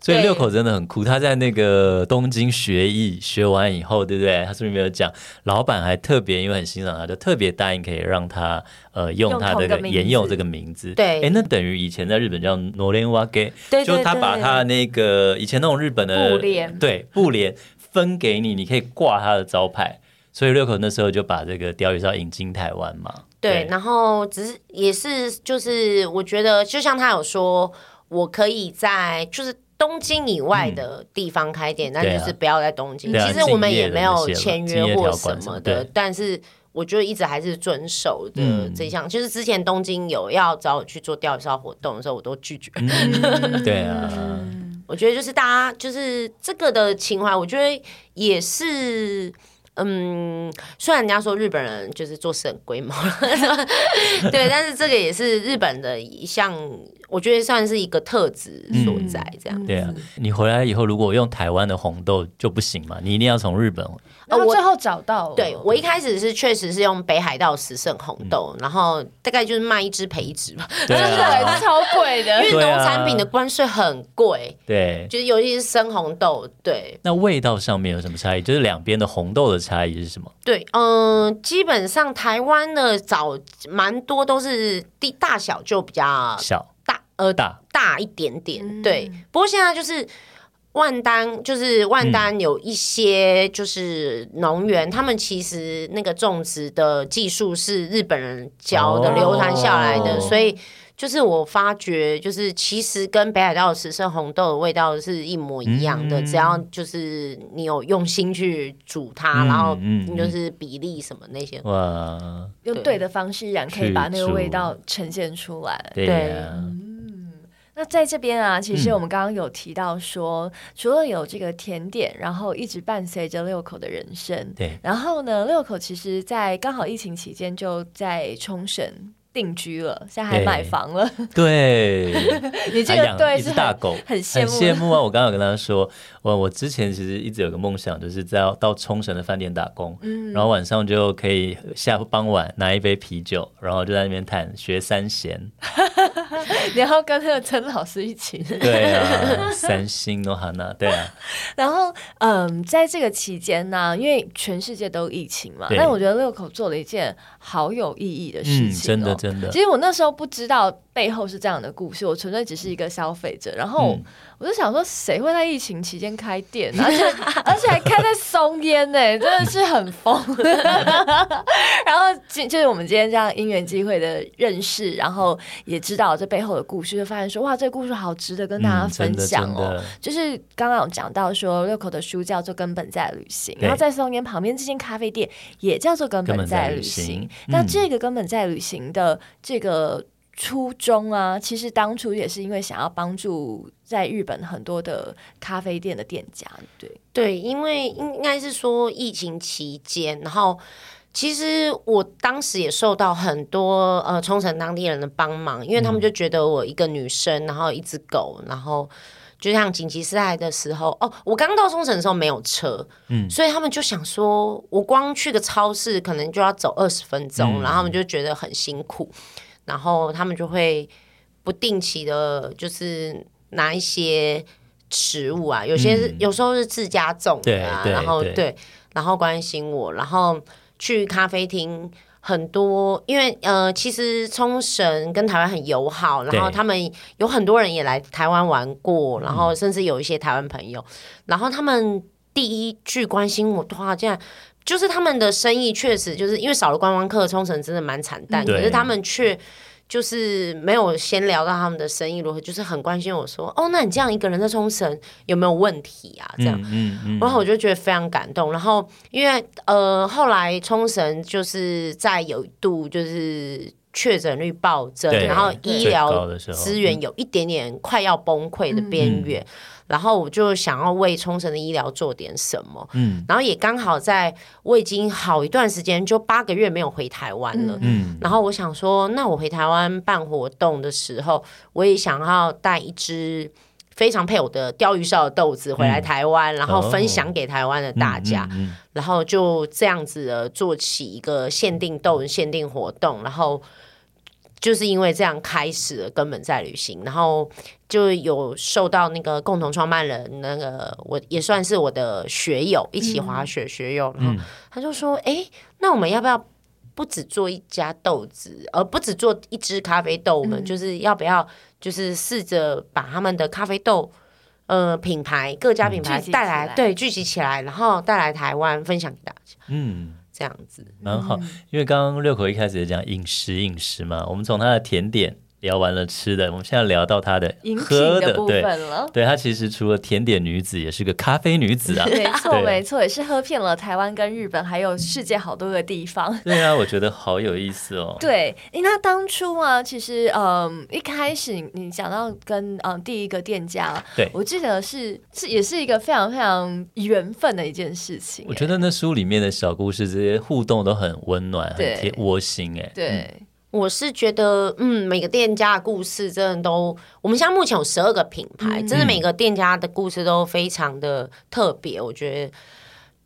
[SPEAKER 2] 所以
[SPEAKER 3] 对
[SPEAKER 2] 六口真的很酷，他在那个东京学艺学完以后，对不对？他是不是没有讲？老板还特别因为很欣赏他，就特别答应可以让他呃用
[SPEAKER 1] 用
[SPEAKER 2] 他
[SPEAKER 1] 同
[SPEAKER 2] 这
[SPEAKER 1] 个
[SPEAKER 2] 个
[SPEAKER 1] 名
[SPEAKER 2] 沿用
[SPEAKER 1] 字
[SPEAKER 2] 这个名字。
[SPEAKER 3] 对
[SPEAKER 2] 哎，那等于以前在日本叫 n o r e n w a g
[SPEAKER 3] 对
[SPEAKER 2] e 就
[SPEAKER 3] 对
[SPEAKER 2] 他把
[SPEAKER 3] 对
[SPEAKER 2] 他那个以前那种日本的
[SPEAKER 1] 布帘
[SPEAKER 2] 对布帘分给你，你可以挂他的招牌。所以六口那时候就把这个鲷鱼烧引进台湾 嘛。
[SPEAKER 3] 对，然后只是也是就是，我觉得就像他有说，我可以在就是东京以外的地方开店，那
[SPEAKER 2] 对啊
[SPEAKER 3] 就是不要在东京。
[SPEAKER 2] 对啊
[SPEAKER 3] 其实我们
[SPEAKER 2] 敬业
[SPEAKER 3] 也
[SPEAKER 2] 的
[SPEAKER 3] 没
[SPEAKER 2] 那
[SPEAKER 3] 有
[SPEAKER 2] 些嘛
[SPEAKER 3] 签
[SPEAKER 2] 敬业
[SPEAKER 3] 约或
[SPEAKER 2] 条款
[SPEAKER 3] 什
[SPEAKER 2] 什么
[SPEAKER 3] 么的
[SPEAKER 2] 对，
[SPEAKER 3] 但是我就一直还是遵守的
[SPEAKER 2] 嗯
[SPEAKER 3] 这项。就是之前东京有要找我去做钓鱼烧活动的时候，我都拒绝。
[SPEAKER 2] 嗯，对啊。
[SPEAKER 3] 我觉得就是大家就是这个的情怀，我觉得也是。嗯，虽然人家说日本人就是做事很龟毛， 对，但是这个也是日本的一项，我觉得算是一个特质
[SPEAKER 2] 嗯
[SPEAKER 3] 所在。这
[SPEAKER 1] 嗯
[SPEAKER 3] 样，
[SPEAKER 2] 对啊，你回来以后如果用台湾的红豆就不行嘛，你一定要从日本。
[SPEAKER 1] 然
[SPEAKER 3] 哦
[SPEAKER 1] 后
[SPEAKER 3] 我
[SPEAKER 1] 最后找到了，
[SPEAKER 3] 对我一开始是确实是用北海道十胜红
[SPEAKER 2] 嗯
[SPEAKER 3] 豆，然后大概就是卖一只赔一只吧，
[SPEAKER 2] 对啊，
[SPEAKER 1] 对，超贵的，
[SPEAKER 3] 因为
[SPEAKER 2] 对啊
[SPEAKER 3] 农产品的关税很贵，
[SPEAKER 2] 对。
[SPEAKER 3] 就是尤其是生红豆，对，
[SPEAKER 2] 那味道上面有什么差异？就是两边的红豆的差异是什么？
[SPEAKER 3] 对，嗯、基本上台湾的枣蛮多都是地大小就比较
[SPEAKER 1] 啊
[SPEAKER 2] 小
[SPEAKER 3] 大，呃，
[SPEAKER 2] 大
[SPEAKER 3] 大一点点。对，不过现在就是万丹，就是万
[SPEAKER 2] 嗯
[SPEAKER 3] 丹有一些就是农园，他们其实那个种植的技术是日本人教的，
[SPEAKER 2] 哦
[SPEAKER 3] 流传下来的，
[SPEAKER 2] 哦
[SPEAKER 3] 所以。就是我发觉，就是其实跟北海道的十胜红豆的味道是一模一样的，
[SPEAKER 2] 嗯
[SPEAKER 3] 只要就是你有用心去煮它，
[SPEAKER 2] 嗯
[SPEAKER 3] 然后
[SPEAKER 2] 嗯嗯
[SPEAKER 3] 就是比例什么那些。
[SPEAKER 2] 哇，
[SPEAKER 1] 用对的方式依然可以
[SPEAKER 2] 去
[SPEAKER 1] 把那个
[SPEAKER 2] 除
[SPEAKER 1] 味道呈现出来。
[SPEAKER 2] 对呀，
[SPEAKER 1] 那在这边啊，其
[SPEAKER 2] 嗯
[SPEAKER 1] 实我们刚刚有提到说，除了有这个甜点，然后一直伴随着六口的人生。
[SPEAKER 2] 对，
[SPEAKER 1] 然后呢，六口其实在刚好疫情期间就在冲绳定居了，现在还
[SPEAKER 2] 对
[SPEAKER 1] 买 房了。
[SPEAKER 2] 对，
[SPEAKER 1] 你这
[SPEAKER 2] 还
[SPEAKER 1] 个
[SPEAKER 2] 养了
[SPEAKER 1] 对
[SPEAKER 2] 一
[SPEAKER 1] 是
[SPEAKER 2] 只
[SPEAKER 1] 很
[SPEAKER 2] 大狗，
[SPEAKER 1] 很羡慕
[SPEAKER 2] 很羡慕啊！我刚刚有跟他说，我我之前其实一直有个梦想，就是在到冲绳的饭店打工，
[SPEAKER 1] 嗯
[SPEAKER 2] 然后晚上就可以下傍晚拿一杯啤酒，然后就在那边谈学三弦，
[SPEAKER 1] 然后跟那个曾老师一起。
[SPEAKER 2] 对 啊，三星诺哈娜，对啊，
[SPEAKER 1] 然后，嗯，在这个期间呢、因为全世界都有疫情嘛，
[SPEAKER 2] 对
[SPEAKER 1] 但我觉得六口做了一件好有意义的
[SPEAKER 2] 嗯，
[SPEAKER 1] 事情、哦
[SPEAKER 2] 真的真的
[SPEAKER 1] 其，实我那时候不知道背后是这样的故事，我纯粹只是一个消费者。然后
[SPEAKER 2] 嗯
[SPEAKER 1] 我就想说，谁会在疫情期间开店、啊？而且而且还开在松烟呢、真的是很疯。 然后今就是我们今天这样因缘机会的认识，然后也知道这背后的故事，就发现说哇，这个故事好值得跟大家
[SPEAKER 2] 嗯真
[SPEAKER 1] 分
[SPEAKER 2] 的
[SPEAKER 1] 享
[SPEAKER 2] 真
[SPEAKER 1] 哦。
[SPEAKER 2] 的
[SPEAKER 1] 就是刚刚有讲到说，六口的书叫做《根本在旅行》，
[SPEAKER 2] 对
[SPEAKER 1] 然后在松烟旁边这间咖啡店也叫做《根
[SPEAKER 2] 根
[SPEAKER 1] 本
[SPEAKER 2] 本在
[SPEAKER 1] 在
[SPEAKER 2] 旅
[SPEAKER 1] 旅
[SPEAKER 2] 行
[SPEAKER 1] 行》
[SPEAKER 2] 嗯
[SPEAKER 1] 那这个《根本在旅行》的这个初衷啊，其实当初也是因为想要帮助在日本很多的咖啡店的店家，对不对，
[SPEAKER 3] 对，因为应该是说疫情期间，然后其实我当时也受到很多呃冲绳当地人的帮忙，因为他们就觉得我一个女生，然后一只狗，然后。就像紧急事态的时候，哦，我刚到冲绳的时候没有车，嗯，所以他们就想说，我光去个超市可能就要走二十分钟，然后他们就觉得很辛苦，然后他们就会不定期的，就是拿一些食物啊，有些是、
[SPEAKER 2] 嗯
[SPEAKER 3] 有时候是自家种的啊，
[SPEAKER 2] 对对
[SPEAKER 3] 然后
[SPEAKER 2] 对
[SPEAKER 3] 然后关心我，然后去咖啡厅。很多，因为呃，其实冲绳跟台湾很友好，然后
[SPEAKER 2] 对
[SPEAKER 3] 他们有很多人也来台湾玩过，然后甚至有一些台湾朋友，然后他们第一句关心我的话，竟然就是他们的生意确实就是因为少了观光客，冲绳真的蛮惨淡，
[SPEAKER 2] 嗯对
[SPEAKER 3] 可是他们却。就是没有先聊到他们的生意如何，就是很关心我说，哦，那你这样一个人在冲绳有没有问题啊？这样，
[SPEAKER 2] 嗯嗯嗯，
[SPEAKER 3] 然后我就觉得非常感动。然后因为呃，后来冲绳就是在有一度就是确诊率暴增，
[SPEAKER 2] 对
[SPEAKER 3] 然后医
[SPEAKER 2] 最高
[SPEAKER 3] 疗
[SPEAKER 2] 的时候嗯
[SPEAKER 3] 资源有一点点快要崩溃的边缘，然后我就想要为冲绳的医疗做点什么。
[SPEAKER 2] 嗯
[SPEAKER 3] 然后也刚好在我已经好一段时间，就八个月没有回台湾了。
[SPEAKER 2] 嗯
[SPEAKER 3] 然后我想说，那我回台湾办活动的时候，我也想要带一只非常配我的鲷鱼烧的豆子回来台湾，然后分享给台湾的大家。
[SPEAKER 2] 哦嗯
[SPEAKER 3] 然后就这样子的做起一个限定豆人限定活动，然后就是因为这样开始了根本在旅行，然后就有受到那个共同创办人那个我也算是我的学友，一起
[SPEAKER 1] 嗯
[SPEAKER 3] 滑雪学友，然后他就说，哎、那我们要不要？不只做一家豆子，而不只做一支咖啡豆，我
[SPEAKER 1] 嗯
[SPEAKER 3] 们就是要不要，就是试着把他们的咖啡豆，呃，品牌各家品牌
[SPEAKER 1] 嗯聚集起
[SPEAKER 3] 带来，
[SPEAKER 1] 来
[SPEAKER 3] 对，聚集起来，然后带来台湾分享给大家，
[SPEAKER 2] 嗯。
[SPEAKER 3] 这样子。
[SPEAKER 2] 蛮好，
[SPEAKER 1] 嗯
[SPEAKER 2] 因为刚刚六口一开始也讲饮食饮食嘛，我们从他的甜点聊完了吃的，我们现在聊到他的
[SPEAKER 1] 饮
[SPEAKER 2] 喝
[SPEAKER 1] 品的部
[SPEAKER 2] 对，
[SPEAKER 1] 分了。
[SPEAKER 2] 对他其实除了甜点女子，也是个咖啡女 子啊。
[SPEAKER 1] 没错，
[SPEAKER 2] 对
[SPEAKER 1] 没错，也是喝遍了台湾跟日本，还有世界好多个地方。
[SPEAKER 2] 对啊，我觉得好有意思哦。
[SPEAKER 1] 对，诶那当初啊，其实嗯，一开始你你讲到跟嗯第一个店家，
[SPEAKER 2] 对
[SPEAKER 1] 我记得是是也是一个非常非常缘分的一件事情。
[SPEAKER 2] 我觉
[SPEAKER 1] 得
[SPEAKER 2] 得那书里面的小故事，这些互动都很温暖，很
[SPEAKER 1] 对
[SPEAKER 2] 贴窝心哎。
[SPEAKER 1] 对，
[SPEAKER 3] 我是觉得，嗯，每个店家的故事真的都，我们现在目前有十二个品牌，
[SPEAKER 1] 嗯
[SPEAKER 3] 真的每个店家的故事都非常的特别。我觉得，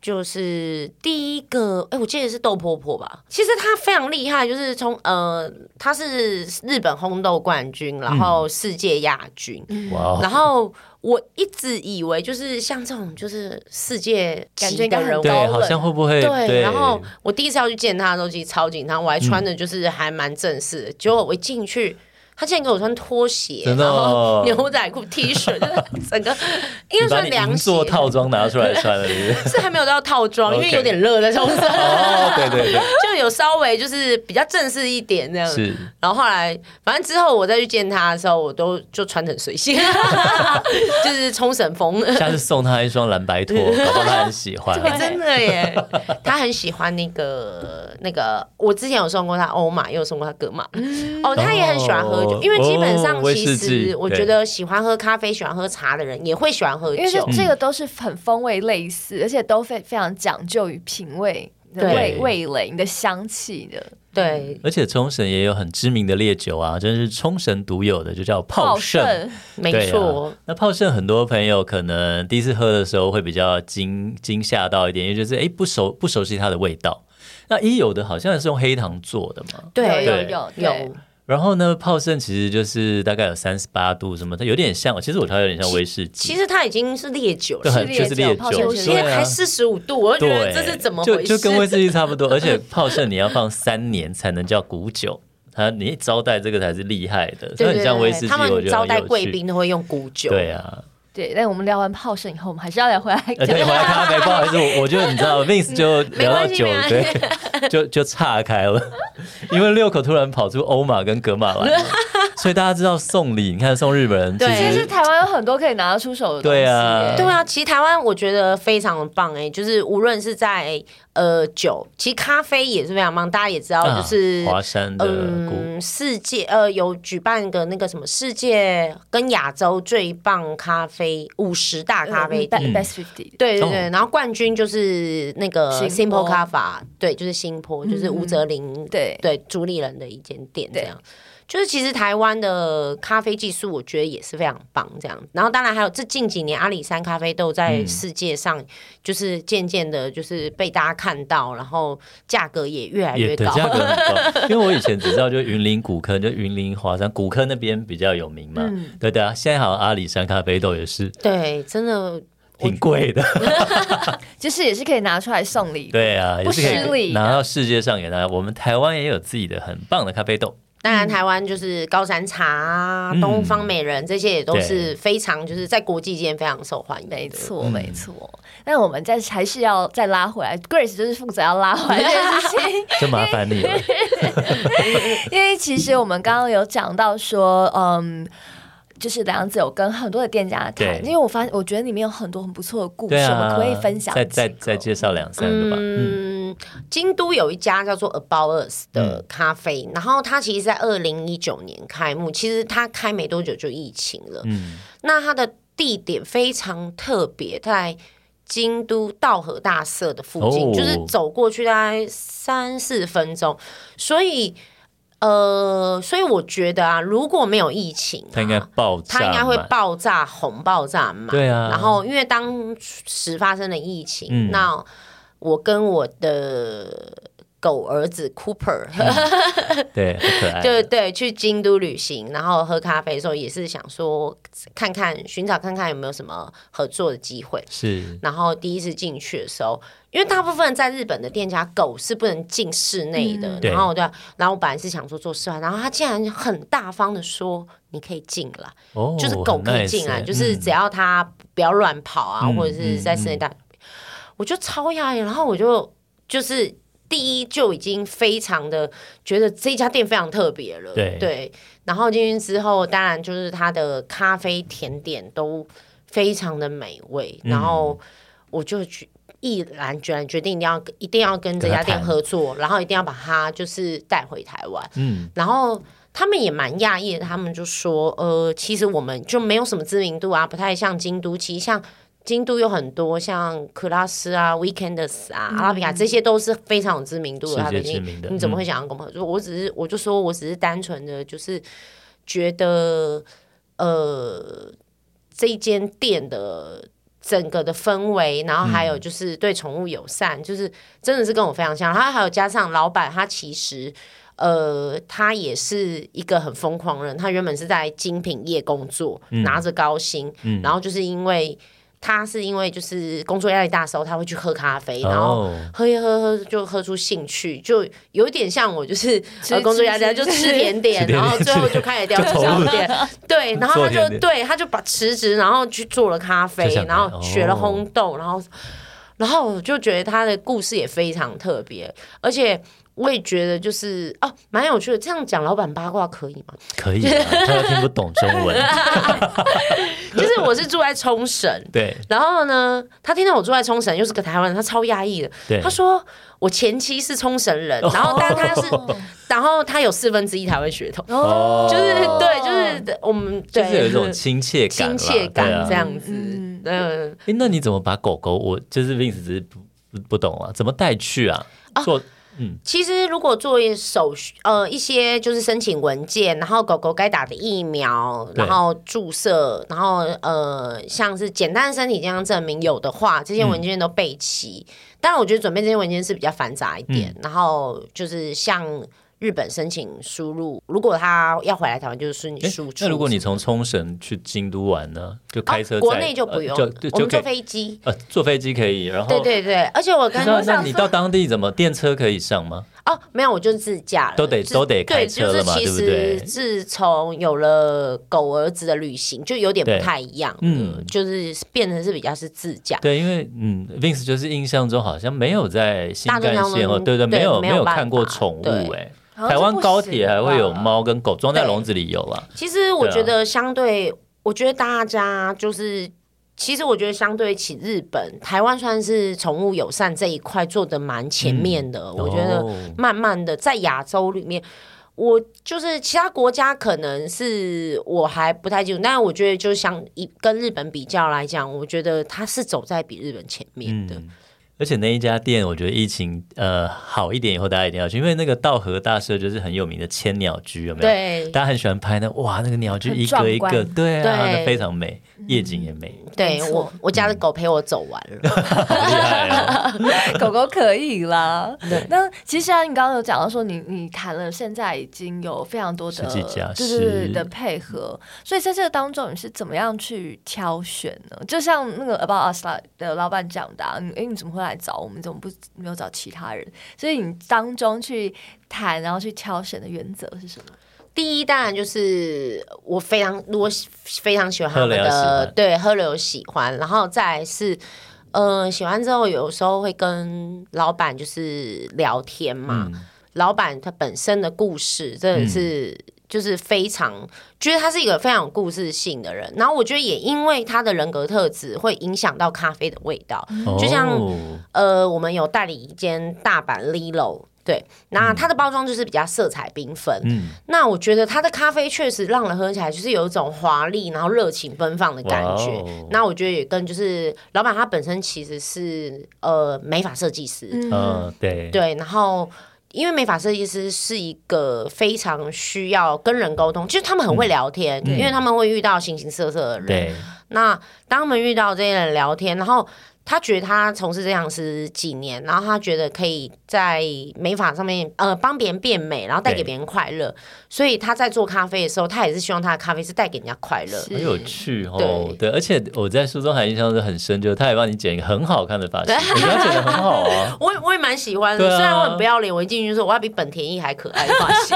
[SPEAKER 3] 就是第一个，哎、我记得是豆婆婆吧，其实她非常厉害，就是从呃，她是日本烘豆冠军，然
[SPEAKER 1] 嗯
[SPEAKER 3] 后世界亚军，
[SPEAKER 2] 哇哦，
[SPEAKER 3] 然后我一直以为就是像这种就是世界
[SPEAKER 1] 感
[SPEAKER 3] 级
[SPEAKER 1] 觉应该
[SPEAKER 3] 的
[SPEAKER 1] 很
[SPEAKER 3] 人物
[SPEAKER 2] 对，
[SPEAKER 1] 高冷
[SPEAKER 2] 好像会不会
[SPEAKER 3] 对，然后我第一次要去见他的时候，其实超紧张，我还穿的就是还蛮正式的。结果我一进去，他竟然给我穿拖鞋，
[SPEAKER 2] 真的
[SPEAKER 3] 然
[SPEAKER 2] 哦
[SPEAKER 3] 后牛仔裤、T 恤， 就是整个应该
[SPEAKER 2] 你把
[SPEAKER 3] 算
[SPEAKER 2] 你
[SPEAKER 3] 凉
[SPEAKER 2] 银
[SPEAKER 3] 鞋，
[SPEAKER 2] 座套装拿出来穿了，对不对？
[SPEAKER 3] 是还没有到套装，因为
[SPEAKER 2] OK
[SPEAKER 3] 有点热在冲绳，
[SPEAKER 2] 哦，对对对，
[SPEAKER 3] 就有稍微就是比较正式一点这样。
[SPEAKER 2] 是
[SPEAKER 3] 然后后来，反正之后我再去见他的时候，我都就穿得很随性， 就是冲绳风。
[SPEAKER 2] 下次送他一双蓝白拖，搞不好他很喜 欢。
[SPEAKER 3] 欸真的耶，他很喜欢那个那个，我之前有送过他欧玛，也有送过他格玛。
[SPEAKER 1] 嗯
[SPEAKER 3] 哦，他也很喜欢喝酒，
[SPEAKER 2] 哦
[SPEAKER 3] 因为基本上
[SPEAKER 2] 哦威
[SPEAKER 3] 其
[SPEAKER 2] 士忌
[SPEAKER 3] 实我觉得喜欢喝咖啡、喜欢喝茶的人也会喜欢喝
[SPEAKER 1] 因为这
[SPEAKER 3] 酒。
[SPEAKER 1] 这个都是很风味类似，而且都非非常讲究于品味。你的
[SPEAKER 3] 对
[SPEAKER 1] 味味蕾，你的香气的
[SPEAKER 3] 对，
[SPEAKER 2] 而且冲绳也有很知名的烈酒啊，真是冲绳独有的，就叫炮盛。，
[SPEAKER 3] 没
[SPEAKER 2] 对
[SPEAKER 3] 错
[SPEAKER 2] 啊。，那炮盛很多朋友可能第一次喝的时候会比较惊惊吓到一点，因为就是哎不熟不熟悉它的味道。那一有的好像是用黑糖做的嘛，
[SPEAKER 3] 对，
[SPEAKER 1] 有
[SPEAKER 2] 对啊
[SPEAKER 1] 有有对
[SPEAKER 3] 有，
[SPEAKER 2] 然后呢炮盛其实就是大概有三十八度什么，它有点像，其实我觉得有点像威士忌，
[SPEAKER 3] 其实它已经是烈酒
[SPEAKER 2] 对，
[SPEAKER 3] 了，
[SPEAKER 2] 很
[SPEAKER 1] 是
[SPEAKER 2] 就是
[SPEAKER 1] 烈
[SPEAKER 2] 烈
[SPEAKER 1] 酒泡盛
[SPEAKER 2] 酒，
[SPEAKER 3] 有
[SPEAKER 1] 是
[SPEAKER 3] 些
[SPEAKER 2] 对啊
[SPEAKER 3] 还四十五度，我就觉得
[SPEAKER 2] 对，
[SPEAKER 3] 这是怎么
[SPEAKER 2] 就
[SPEAKER 3] 回
[SPEAKER 2] 就
[SPEAKER 3] 事？
[SPEAKER 2] 跟威士忌差不多，而且泡盛你要放三年才能叫古酒，它你一招待这个才是厉害的，它
[SPEAKER 3] 对对
[SPEAKER 2] 很像威士
[SPEAKER 3] 对，
[SPEAKER 2] 忌，
[SPEAKER 3] 他
[SPEAKER 2] 我
[SPEAKER 3] 们
[SPEAKER 2] 觉得
[SPEAKER 3] 招
[SPEAKER 2] 很
[SPEAKER 3] 待
[SPEAKER 2] 有
[SPEAKER 3] 贵
[SPEAKER 2] 趣。
[SPEAKER 3] 宾都会用古酒，
[SPEAKER 2] 对啊，
[SPEAKER 1] 对。但我们聊完泡盛以后，我们还是要聊回来
[SPEAKER 2] 呃，
[SPEAKER 1] 讲
[SPEAKER 2] 对，回来咖啡，不好意思，我我觉得你知 道，Vince 就聊到酒，
[SPEAKER 3] 没关系没
[SPEAKER 2] 对，就就岔开了，因为六口突然跑出欧玛跟格玛来 了，所以大家知道送礼，你看送日本人其
[SPEAKER 3] 对
[SPEAKER 1] 其实
[SPEAKER 2] 实
[SPEAKER 1] 台湾有很多可以拿得出手的东西
[SPEAKER 2] 对啊
[SPEAKER 1] 耶
[SPEAKER 3] 对啊，其实台湾我觉得非常的棒哎、就是无论是在呃酒，其实咖啡也是非常棒，大家也知道
[SPEAKER 2] 啊
[SPEAKER 3] 就是。
[SPEAKER 2] 华山的古
[SPEAKER 3] 嗯，世界呃有举办个那个什么世界跟亚洲最棒咖啡五十大咖啡店，
[SPEAKER 1] Be- 嗯 best fifty，
[SPEAKER 3] 对对
[SPEAKER 2] 哦
[SPEAKER 3] 对，然后冠军就是那个
[SPEAKER 1] 新坡嗯
[SPEAKER 3] Simple Coffee，对，就是新坡，就是吴泽林
[SPEAKER 1] 对
[SPEAKER 3] 对主理人的一间店这样。就是其实台湾的咖啡技术，我觉得也是非常棒这样。然后当然还有这近几年阿里山咖啡豆
[SPEAKER 2] 嗯
[SPEAKER 3] 在世界上就是渐渐的，就是被大家看到，然后价格也越来越
[SPEAKER 2] 也对，
[SPEAKER 3] 高。
[SPEAKER 2] 价格 很高。因为我以前只知道就云林古坑，就云林华山古坑那边比较有名嘛。
[SPEAKER 3] 嗯
[SPEAKER 2] 对对啊，现在好像阿里山咖啡豆也是
[SPEAKER 3] 对，真的
[SPEAKER 2] 挺贵 的。
[SPEAKER 1] 就是也是可以拿出来送礼。
[SPEAKER 2] 对啊，也
[SPEAKER 1] 不
[SPEAKER 2] 是可
[SPEAKER 1] 失
[SPEAKER 2] 以
[SPEAKER 1] 礼
[SPEAKER 2] 拿到世界上给大家。我们台湾也有自己的很棒的咖啡豆。
[SPEAKER 3] 当然，台湾就是高山茶啊、
[SPEAKER 2] 嗯
[SPEAKER 3] 东方美人这些也都
[SPEAKER 2] 对
[SPEAKER 3] 是非常就是在国际间非常受欢迎。
[SPEAKER 1] 没，
[SPEAKER 2] 嗯
[SPEAKER 1] 错，没错。但我们再还是要再拉回来，Grace 就是负责要拉回来这 件事情。
[SPEAKER 2] 真麻烦你 了，
[SPEAKER 1] 因为其实我们刚刚有讲到说，嗯。就是梁子有跟很多的店家
[SPEAKER 2] 对
[SPEAKER 1] 谈，因为我发现，我觉得里面有很多很不错的故事，
[SPEAKER 2] 对
[SPEAKER 1] 我
[SPEAKER 2] 啊，
[SPEAKER 1] 们可以分享
[SPEAKER 2] 再
[SPEAKER 1] 几个。
[SPEAKER 2] 再再介绍两三个吧。嗯，嗯
[SPEAKER 3] 嗯，京都有一家叫做 About Us 的咖啡，然后它其实在二零一九年开幕，其实它开没多久就疫情了。
[SPEAKER 2] 嗯
[SPEAKER 3] 那它的地点非常特别，在京都道和大社的附近，
[SPEAKER 2] 哦
[SPEAKER 3] 就是走过去大概三四分钟，所以。呃，所以我觉得啊，如果没有疫情、啊，
[SPEAKER 2] 它应该爆炸，
[SPEAKER 3] 它应该会。爆炸红、爆炸满。
[SPEAKER 2] 对啊
[SPEAKER 3] 然后因为当时发生了疫情，
[SPEAKER 2] 嗯
[SPEAKER 3] 那我跟我的狗儿子 Cooper，、
[SPEAKER 2] 对，很可爱。
[SPEAKER 3] 对对，去京都旅行，然后喝咖啡的时候也是想说看看寻找看看有没有什么合作的机会。
[SPEAKER 2] 是，
[SPEAKER 3] 然后第一次进去的时候，因为大部分在日本的店家狗是不能进室内的，
[SPEAKER 2] 嗯对
[SPEAKER 3] 然后对啊，然后我本来是想说做室外，然后他竟然很大方的说你可以进来。
[SPEAKER 2] 哦，
[SPEAKER 3] 就是狗可以进来，
[SPEAKER 2] 很 nice 欸
[SPEAKER 3] 就是只要它不要乱跑啊，
[SPEAKER 2] 嗯
[SPEAKER 3] 或者是在室内待，我就超压抑。然后我就就是第一就已经非常的觉得这家店非常特别了，
[SPEAKER 2] 对
[SPEAKER 3] 然后进去之后，当然就是它的咖啡甜点都非常的美味，然后
[SPEAKER 2] 嗯
[SPEAKER 3] 我就去。毅然决然决定一定要一定要跟这家
[SPEAKER 2] 跟
[SPEAKER 3] 店
[SPEAKER 2] 他谈
[SPEAKER 3] 合作，然后一定要把它就是带回台湾。
[SPEAKER 2] 嗯
[SPEAKER 3] 然后他们也蛮讶异的，他们就说，呃，其实我们就没有什么知名度啊，不太像京都，其实像。京都有很多像克拉斯啊、Weekenders 啊、阿拉比卡，这些都是非常有知名度的
[SPEAKER 2] 嗯世
[SPEAKER 3] 咖
[SPEAKER 2] 界
[SPEAKER 3] 啡
[SPEAKER 2] 知
[SPEAKER 3] 厅
[SPEAKER 2] 名。的
[SPEAKER 3] 你怎么会想要跟我们合作？我只是，我就说我只是单纯的就是觉得，呃，这一间店的整个的氛围，然后
[SPEAKER 2] 嗯
[SPEAKER 3] 还有就是对宠物友善，就是真的是跟我非常像。然后还有加上老板，他其实。呃，他也是一个很疯狂的人。他原本是在精品业工作，拿着高薪，
[SPEAKER 2] 嗯
[SPEAKER 3] 然后就是因为他是因为就是工作压力大的时候，他会去喝咖啡，然后
[SPEAKER 2] 哦
[SPEAKER 3] 喝一喝喝就喝出兴趣，就有点像我就是
[SPEAKER 1] 吃
[SPEAKER 3] 呃工作压力大就
[SPEAKER 1] 吃
[SPEAKER 3] 吃甜点，
[SPEAKER 2] 吃甜点
[SPEAKER 3] 然后最后就开始 掉
[SPEAKER 2] 就投入
[SPEAKER 3] 小店，对，然后
[SPEAKER 2] 做
[SPEAKER 3] 他
[SPEAKER 2] 甜
[SPEAKER 3] 就
[SPEAKER 2] 点
[SPEAKER 3] 对他就把辞职，然后去做了咖
[SPEAKER 2] 就
[SPEAKER 3] 啡
[SPEAKER 2] 想，
[SPEAKER 3] 然后学了
[SPEAKER 2] 哦
[SPEAKER 3] 烘豆，然后然后我就觉得他的故事也非常特别，而且。我也觉得就是哦，蛮有趣的。这样讲老板八卦可以吗？
[SPEAKER 2] 可以啊，他又听不懂中 文，
[SPEAKER 3] 就是我是住在冲绳，
[SPEAKER 2] 对
[SPEAKER 3] 然后呢，他听到我住在冲绳，又是个台湾人，他超压抑的。
[SPEAKER 2] 对，哦
[SPEAKER 3] 他说我前妻是冲绳人，然后但他是，
[SPEAKER 1] 哦
[SPEAKER 3] 然后他有四分之一台湾血统，
[SPEAKER 2] 哦
[SPEAKER 3] 就是对，就是我们
[SPEAKER 2] 就
[SPEAKER 3] 对
[SPEAKER 2] 是有一种亲切感啦，
[SPEAKER 3] 亲切感
[SPEAKER 2] 对啊
[SPEAKER 3] 这样子
[SPEAKER 1] 嗯嗯。
[SPEAKER 3] 嗯，
[SPEAKER 2] 诶那你怎么把狗狗？我就是 Vince 只是不不不懂啊，怎么带去啊？
[SPEAKER 3] 哦
[SPEAKER 2] 做嗯
[SPEAKER 3] 其实如果做手续，呃，一些就是申请文件，然后狗狗该打的疫苗，
[SPEAKER 2] 对
[SPEAKER 3] 然后注射，然后呃，像是简单的身体健康证明有的话，这些文件都备齐。当然，我觉得准备这些文件是比较繁杂一
[SPEAKER 2] 嗯
[SPEAKER 3] 点，然后就是像。日本申请输入，如果他要回来台湾，就是顺
[SPEAKER 2] 诶
[SPEAKER 3] 输出。
[SPEAKER 2] 那如果你从冲绳去京都玩呢，就开车载、
[SPEAKER 3] 哦国内就不用，
[SPEAKER 2] 呃、就就就
[SPEAKER 3] 我们
[SPEAKER 2] 可
[SPEAKER 3] 坐
[SPEAKER 2] 以哦
[SPEAKER 3] 飞机。
[SPEAKER 2] 呃坐飞机可以，然后
[SPEAKER 3] 对对对，而且我跟
[SPEAKER 2] 那
[SPEAKER 1] 我
[SPEAKER 2] 那
[SPEAKER 1] 想
[SPEAKER 2] 你
[SPEAKER 1] 说
[SPEAKER 2] 到当地怎么电车可以上吗？
[SPEAKER 3] 哦，没有，我就自驾了，
[SPEAKER 2] 都得
[SPEAKER 3] 就是
[SPEAKER 2] 都得开
[SPEAKER 3] 对，
[SPEAKER 2] 车
[SPEAKER 3] 就是
[SPEAKER 2] 了嘛
[SPEAKER 3] 其
[SPEAKER 2] 对不对
[SPEAKER 3] 实自从有了狗儿子的旅行，就有点
[SPEAKER 2] 对
[SPEAKER 3] 不太一样，
[SPEAKER 2] 嗯
[SPEAKER 3] 嗯，就是变成是比较是自驾。
[SPEAKER 2] 对，因为嗯，Vince 就是印象中好像没有在新
[SPEAKER 3] 大众
[SPEAKER 2] 干
[SPEAKER 3] 交通
[SPEAKER 2] 线哦，对对，
[SPEAKER 3] 对
[SPEAKER 2] 没有
[SPEAKER 3] 没有
[SPEAKER 2] 有
[SPEAKER 3] 办
[SPEAKER 2] 看过
[SPEAKER 3] 法
[SPEAKER 2] 宠物
[SPEAKER 3] 对
[SPEAKER 2] 哎、
[SPEAKER 1] 好像
[SPEAKER 2] 台
[SPEAKER 1] 是
[SPEAKER 2] 湾
[SPEAKER 1] 不
[SPEAKER 2] 高
[SPEAKER 1] 行
[SPEAKER 2] 铁还会有
[SPEAKER 1] 吧
[SPEAKER 2] 猫跟狗装在
[SPEAKER 3] 对
[SPEAKER 2] 笼子里有啊，
[SPEAKER 3] 其实我
[SPEAKER 2] 对啊
[SPEAKER 3] 觉得相对，我觉得大家就是。其实我觉得，相对起日本，台湾算是宠物友善这一块做的蛮前面的。我觉得
[SPEAKER 2] 嗯哦
[SPEAKER 3] 慢慢的在亚洲里面，我就是其他国家可能是我还不太清楚，但是我觉得就像以跟日本比较来讲，我觉得它是走在比日本前面的。
[SPEAKER 2] 嗯而且那一家店，我觉得疫情呃好一点以后，大家一定要去，因为那个稻荷大社就是很有名的千鸟居，有没有？
[SPEAKER 3] 对
[SPEAKER 2] 大家很喜欢拍那哇，那个鸟居
[SPEAKER 1] 很
[SPEAKER 2] 一个一
[SPEAKER 1] 壮
[SPEAKER 2] 个，
[SPEAKER 1] 观
[SPEAKER 2] 对啊，
[SPEAKER 3] 对
[SPEAKER 2] 那非常美，夜景也美，
[SPEAKER 3] 对
[SPEAKER 1] 没错
[SPEAKER 3] 我我家的狗陪我走完
[SPEAKER 2] 嗯
[SPEAKER 3] 了，
[SPEAKER 2] 好厉害 哦！
[SPEAKER 1] 狗狗可以啦。
[SPEAKER 3] 对
[SPEAKER 1] 那其实啊，你刚刚有讲到说你，你谈了，现在已经有非常多的
[SPEAKER 2] 十几家
[SPEAKER 1] 对对对
[SPEAKER 2] 是
[SPEAKER 1] 的配合，所以在这个当中，你是怎么样去挑选呢？就像那个 About Us 啦的老板讲的、啊，你哎，你怎么会来找我们？怎么不没有找其他人？所以你当中去谈，然后去挑选的原则是什么？
[SPEAKER 3] 第一当然就是我非常我非常喜欢他们
[SPEAKER 2] 喝了有喜
[SPEAKER 3] 的
[SPEAKER 2] 欢
[SPEAKER 3] 对喝了有喜欢，然后再来是。呃，喜欢之后，有时候会跟老板就是聊天嘛。
[SPEAKER 2] 嗯
[SPEAKER 3] 老板他本身的故事真的是、就是非常，觉得他是一个非常有故事性的人。然后我觉得也因为他的人格特质，会影响到咖啡的味道。嗯就像
[SPEAKER 2] 哦
[SPEAKER 3] 呃，我们有代理一间大阪 Lilo，对，那它的包装就是比较色彩缤纷。
[SPEAKER 2] 嗯，
[SPEAKER 3] 那我觉得它的咖啡确实让人喝起来就是有一种华丽，然后热情奔放的感觉。
[SPEAKER 2] 哇哦
[SPEAKER 3] 那我觉得也跟就是老板他本身其实是呃美发设计师，
[SPEAKER 1] 嗯，
[SPEAKER 2] 呃，对，
[SPEAKER 3] 对，然后。因为美发设计师是一个非常需要跟人沟通，就是他们很会聊天，
[SPEAKER 2] 嗯
[SPEAKER 3] 因为他们会遇到形形色色的人。
[SPEAKER 2] 对，
[SPEAKER 3] 那当他们遇到这些人聊天，然后他觉得他从事这样十几年，然后他觉得可以在美发上面呃帮别人变美，然后带给
[SPEAKER 2] 对
[SPEAKER 3] 别人快乐，所以他在做咖啡的时候，他也是希望他的咖啡是带给人家快乐。
[SPEAKER 1] 是
[SPEAKER 2] 很有趣哦
[SPEAKER 3] 对。。
[SPEAKER 2] 对，而且我在书中还印象是很深，就是他也帮你剪一个很好看的发型，你给他剪的很好啊
[SPEAKER 3] 我也我也蛮喜欢的，
[SPEAKER 2] 对啊
[SPEAKER 3] 虽然我很不要脸，我一进去就说我要比本田翼还可爱的发 型，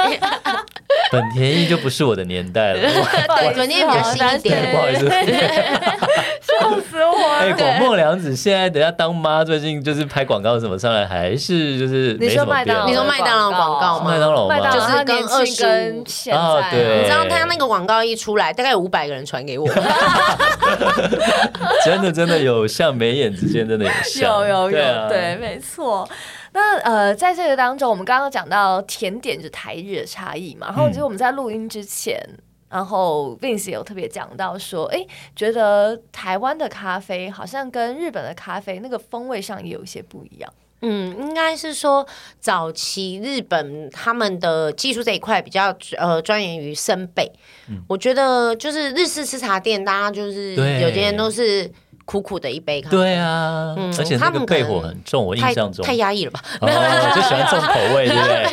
[SPEAKER 2] 本田翼就不是我的年代了，
[SPEAKER 3] 对，本田翼比较新一 点。
[SPEAKER 2] 不好意思。
[SPEAKER 1] 笑死我了！
[SPEAKER 2] 哎，广末凉子现在等下当妈，最近就是拍广告什么上来，还是就是没什么变化
[SPEAKER 3] 你说麦当劳广告吗？
[SPEAKER 2] 麦当劳
[SPEAKER 1] 麦当
[SPEAKER 2] 吗？
[SPEAKER 1] 劳
[SPEAKER 3] 就是
[SPEAKER 1] 它
[SPEAKER 3] 跟
[SPEAKER 1] 年轻
[SPEAKER 3] 25
[SPEAKER 1] 跟现在
[SPEAKER 2] 啊对
[SPEAKER 3] 你知道他那个广告一出来，大概有五百个人传给 我。
[SPEAKER 2] 真的真的有像眉眼之间真的有像，
[SPEAKER 1] 有有有，
[SPEAKER 2] 对啊
[SPEAKER 1] 对，没错。那呃，在这个当中，我们刚刚讲到甜点就是台日的差异嘛，然后
[SPEAKER 2] 嗯
[SPEAKER 1] 其实我们在录音之前。然后 Vince 有特别讲到说，哎，觉得台湾的咖啡好像跟日本的咖啡那个风味上也有一些不一样。
[SPEAKER 3] 嗯，应该是说早期日本他们的技术这一块比较呃钻研于生焙。我觉得就是日式吃茶店，大家就是
[SPEAKER 2] 嗯对
[SPEAKER 3] 有些人都是苦苦的一杯咖啡，
[SPEAKER 2] 对啊，
[SPEAKER 3] 嗯
[SPEAKER 2] 而且那个背火很重，我
[SPEAKER 3] 太
[SPEAKER 2] 印象中
[SPEAKER 3] 太压抑了吧？
[SPEAKER 2] 哦，就喜欢重口味，对不 对？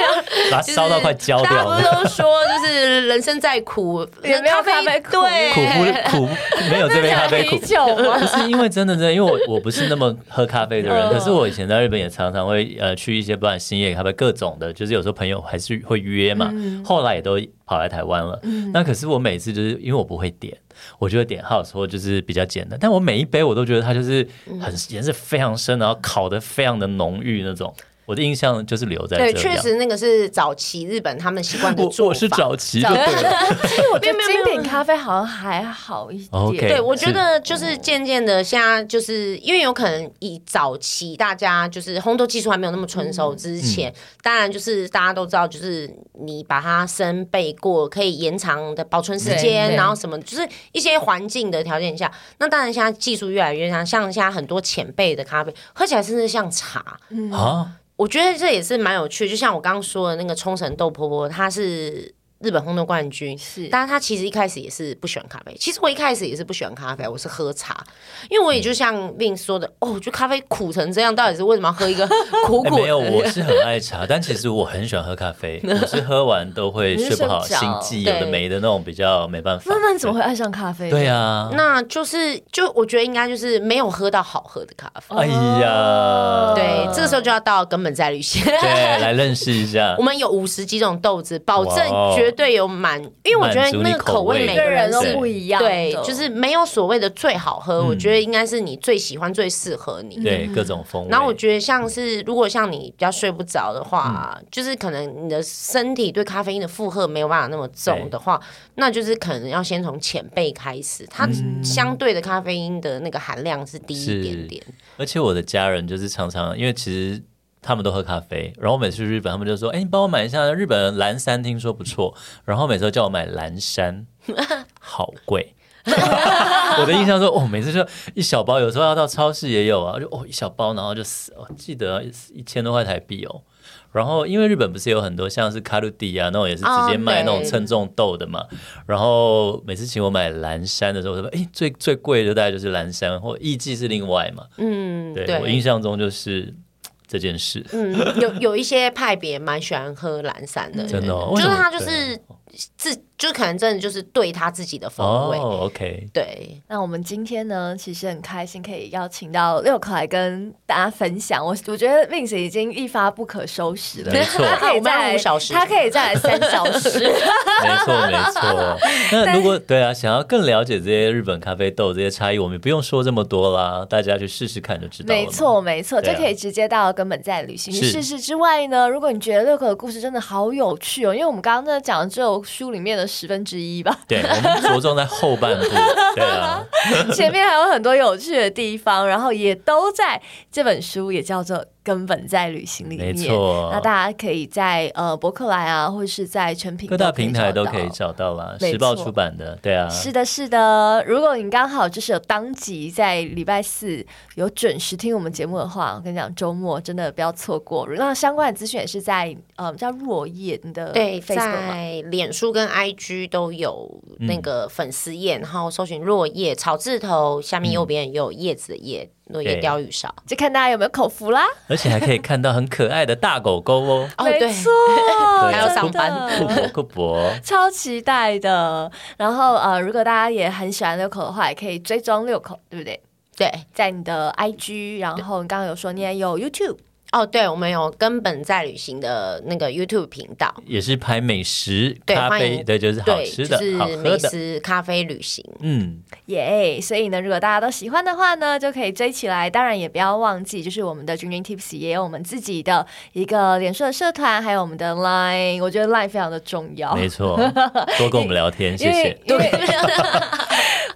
[SPEAKER 2] 把它
[SPEAKER 3] 就是
[SPEAKER 2] 烧到快焦
[SPEAKER 3] 大家
[SPEAKER 2] 掉
[SPEAKER 3] 不是
[SPEAKER 2] 了，
[SPEAKER 3] 都说就是人生再苦，
[SPEAKER 1] 也没有咖啡苦
[SPEAKER 2] 苦
[SPEAKER 3] 对。
[SPEAKER 2] 不苦没有这杯咖啡苦
[SPEAKER 1] 啤。酒 吗？
[SPEAKER 2] 不是因为真的，真的，因为我我不是那么喝咖啡的人，
[SPEAKER 1] 嗯
[SPEAKER 2] 可是我以前在日本也常常会呃去一些不管星野咖啡各种的，就是有时候朋友还是会约嘛，
[SPEAKER 3] 嗯
[SPEAKER 2] 后来也都跑来台湾了。那可是我每次就是因为我不会点，我就会点 house 或就是比较简单，但我每一杯我都觉得它就是
[SPEAKER 3] 嗯
[SPEAKER 2] 很颜色非常深，然后烤的非常的浓郁那种。我的印象就是留在这
[SPEAKER 3] 对，
[SPEAKER 2] 样。
[SPEAKER 3] 确实那个是早期日本他们习惯的
[SPEAKER 2] 我
[SPEAKER 3] 做法。
[SPEAKER 2] 我是早期就
[SPEAKER 1] 早
[SPEAKER 2] 对了，
[SPEAKER 1] 其实我觉得
[SPEAKER 3] 没有没有没
[SPEAKER 1] 精
[SPEAKER 3] 有
[SPEAKER 1] 品咖啡好像还好一点。
[SPEAKER 2] OK
[SPEAKER 3] 对，我觉
[SPEAKER 2] 是
[SPEAKER 3] 得就是渐渐的，现在就是因为有可能以早期大家就是烘豆技术还没有那么成熟之前，当然就是大家都知道，就是你把它生焙过，可以延长的保存时
[SPEAKER 1] 对
[SPEAKER 3] 间，
[SPEAKER 1] 对
[SPEAKER 3] 然后什么，就是一些环境的条件下，那当然现在技术越来越像，像现在很多前辈的咖啡喝起来甚至像茶，
[SPEAKER 2] 啊，
[SPEAKER 3] 我觉得这也是蛮有趣。就像我刚刚说的那个冲绳豆婆婆，她是。日本烘豆冠军，
[SPEAKER 1] 是
[SPEAKER 3] 但是他其实一开始也是不喜欢咖啡。其实我一开始也是不喜欢咖啡，我是喝茶，因为我也
[SPEAKER 2] 嗯
[SPEAKER 3] 就像 Vin 说的，哦，我觉得咖啡苦成这样，到底是为什么要喝一个苦
[SPEAKER 2] 哎
[SPEAKER 3] 苦
[SPEAKER 2] 没有，我
[SPEAKER 3] 的？
[SPEAKER 2] 是很爱茶，但其实我很喜欢喝咖啡，我是喝完都会睡不好，
[SPEAKER 1] 你是睡
[SPEAKER 2] 心
[SPEAKER 1] 不着
[SPEAKER 2] 悸有的
[SPEAKER 3] 对
[SPEAKER 2] 没的那种，比较没办法
[SPEAKER 1] 那。那你怎么会爱上咖啡？
[SPEAKER 2] 对啊，
[SPEAKER 3] 那就是就我觉得应该就是没有喝到好喝的咖啡。
[SPEAKER 2] 哎呀，
[SPEAKER 1] 哦
[SPEAKER 3] 对，这个时候就要到根本在旅行。
[SPEAKER 2] 对啊来认识一下
[SPEAKER 3] 我。们有五十几种豆子，保证
[SPEAKER 2] 哇哦
[SPEAKER 3] 绝对有满，因为我觉得
[SPEAKER 2] 满足你
[SPEAKER 3] 那个口味
[SPEAKER 2] 口味
[SPEAKER 3] 每
[SPEAKER 1] 每
[SPEAKER 3] 个
[SPEAKER 1] 个人
[SPEAKER 3] 人
[SPEAKER 1] 都
[SPEAKER 3] 是
[SPEAKER 1] 不一样的，
[SPEAKER 3] 对，就是没有所谓的最好喝，我
[SPEAKER 2] 嗯
[SPEAKER 3] 觉得应该是你最喜欢、最适合你。
[SPEAKER 2] 对嗯各种风味，
[SPEAKER 3] 然后我觉得像是，如果像你比较睡不着的话，
[SPEAKER 2] 嗯
[SPEAKER 3] 就是可能你的身体对咖啡因的负荷没有办法那么重的话，那就是可能要先从浅焙开始，它
[SPEAKER 2] 嗯
[SPEAKER 3] 相对的咖啡因的那个含量是低一点点。
[SPEAKER 2] 而且我的家人就是常常，因为其实他们都喝咖啡，然后每次去日本，他们就说：“哎、你帮我买一下日本蓝山，听说不错。”然后每次都叫我买蓝山，好贵。 我的印象说，哦，每次就一小包，有时候要到超市也有啊，就哦一小包，然后就死，哦、记得一千多块台币哦。然后，因为日本不是有很多像是卡路迪啊那种，也是直接卖
[SPEAKER 3] 哦对
[SPEAKER 2] 那种称重豆的嘛。然后每次请我买蓝山的时候，我说：“哎，最最贵的大概就是蓝山，或艺妓是另外嘛。
[SPEAKER 3] 嗯，
[SPEAKER 2] 对我印象中就是嘖这件事。
[SPEAKER 3] 嗯，有有一些派别蛮喜欢喝蓝山的，
[SPEAKER 2] 真的哦为
[SPEAKER 3] 就是
[SPEAKER 2] 什么
[SPEAKER 3] 他就是自，就可能真的就是对他自己的风味，
[SPEAKER 2] 哦，OK，
[SPEAKER 3] 对，
[SPEAKER 1] 那我们今天呢，其实很开心可以邀请到六可来跟大家分享。我我觉得 Vince 已经一发不可收拾了，
[SPEAKER 2] 没错
[SPEAKER 1] 他可以
[SPEAKER 3] 我们要
[SPEAKER 1] 再来
[SPEAKER 3] 五小时
[SPEAKER 1] 他可以再来三小时。
[SPEAKER 2] 没错没错。那如果对啊，想要更了解这些日本咖啡豆这些差异，我们也不用说这么多啦，大家去试试看就 知道了。
[SPEAKER 1] 没，错，没错，就
[SPEAKER 2] 对啊
[SPEAKER 1] 可以直接到根本在旅行去
[SPEAKER 2] 是
[SPEAKER 1] 试试。之外呢，如果你觉得乐可的故事真的好有趣哦，因为我们刚刚真的讲的只有书里面的十分之一吧，
[SPEAKER 2] 对我们着重在后半部。对啊，
[SPEAKER 1] 前面还有很多有趣的地方，然后也都在这本书，也叫做《根本在旅行》里面。
[SPEAKER 2] 没错
[SPEAKER 1] 那大家可以在呃博客来啊，或者是在成品
[SPEAKER 2] 各大平台都
[SPEAKER 1] 找
[SPEAKER 2] 可以
[SPEAKER 1] 到
[SPEAKER 2] 找到啦，
[SPEAKER 1] 没错
[SPEAKER 2] 时报出版的。对啊，
[SPEAKER 1] 是的，是的。如果你刚好就是有当集在礼拜四有准时听我们节目的话，我跟你讲，周末真的不要错过。那相关的资讯也是在呃叫若叶你的
[SPEAKER 3] 对，
[SPEAKER 1] Facebook 吗？
[SPEAKER 3] 在脸书跟 IG 都有
[SPEAKER 2] 嗯
[SPEAKER 3] 那个粉丝页，然后搜寻落叶草字头，下面右边也有叶子的叶，落叶
[SPEAKER 2] 嗯对
[SPEAKER 3] 鲷鱼烧。
[SPEAKER 1] 就看大家有没有口福啦。
[SPEAKER 2] 而且还可以看到很可爱的大狗狗哦。
[SPEAKER 3] 哦，
[SPEAKER 1] 没
[SPEAKER 3] 对，
[SPEAKER 1] 错，
[SPEAKER 2] 还
[SPEAKER 3] 要
[SPEAKER 1] 真
[SPEAKER 3] 上班
[SPEAKER 1] 的
[SPEAKER 2] 库珀，库珀，
[SPEAKER 1] 超期待的。然后呃，如果大家也很喜欢六口的话，也可以追踪六口，对不对？
[SPEAKER 3] 对，
[SPEAKER 1] 在你的 IG，然后你刚刚有说你也有 YouTube，
[SPEAKER 3] 哦，对，我们有根本在旅行的那个 YouTube 频道，
[SPEAKER 2] 也是拍美食、
[SPEAKER 3] 对
[SPEAKER 2] 咖
[SPEAKER 3] 欢
[SPEAKER 2] 啡，
[SPEAKER 3] 迎
[SPEAKER 2] 对，就是好
[SPEAKER 3] 对，
[SPEAKER 2] 吃
[SPEAKER 3] 就
[SPEAKER 2] 的、
[SPEAKER 3] 是
[SPEAKER 2] 好喝
[SPEAKER 3] 美
[SPEAKER 2] 的。
[SPEAKER 3] 食咖啡旅行。
[SPEAKER 2] 嗯，
[SPEAKER 1] 耶、所以呢，如果大家都喜欢的话呢，就可以追起来。当然也不要忘记，就是我们的君君 Tips 也有我们自己的一个脸书的社团，还有我们的 Line，我觉得 Line 非常的重要，
[SPEAKER 2] 没 错，多跟我们聊天，谢
[SPEAKER 1] 哦因为
[SPEAKER 2] 谢。
[SPEAKER 1] 因为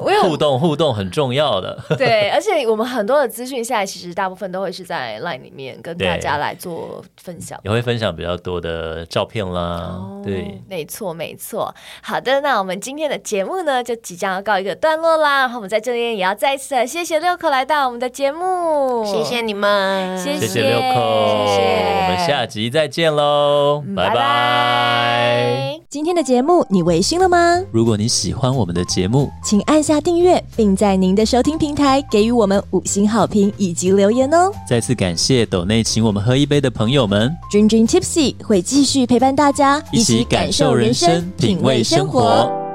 [SPEAKER 1] 因为我
[SPEAKER 2] 互动互动很重要的，
[SPEAKER 1] 对，而且我们很多的资讯现在其实大部分都会是在 Line 里面跟大
[SPEAKER 2] 对
[SPEAKER 1] 家来做分享。
[SPEAKER 2] 也会分享比较多的照片啦
[SPEAKER 1] 哦。
[SPEAKER 2] 对，，
[SPEAKER 1] 没错，没错。好的，那我们今天的节目呢，就即将要告一个段落啦。然后我们在这边也要再一次的谢谢六口来到我们的节目，
[SPEAKER 3] 谢谢你们，
[SPEAKER 1] 哦谢
[SPEAKER 2] 谢谢六扣，
[SPEAKER 1] 谢谢
[SPEAKER 2] 我们下集再见喽，
[SPEAKER 1] 嗯，
[SPEAKER 2] 拜拜。
[SPEAKER 4] 今天的节目你微醺了吗？
[SPEAKER 2] 如果你喜欢我们的节目，
[SPEAKER 4] 请按下订阅，并在您的收听平台给予我们五星好评以及留言哦。
[SPEAKER 2] 再次感谢斗内请我们喝一杯的朋友们，
[SPEAKER 4] 君君 Tipsy 会继续陪伴大家，
[SPEAKER 2] 一起感受人生，品味生活。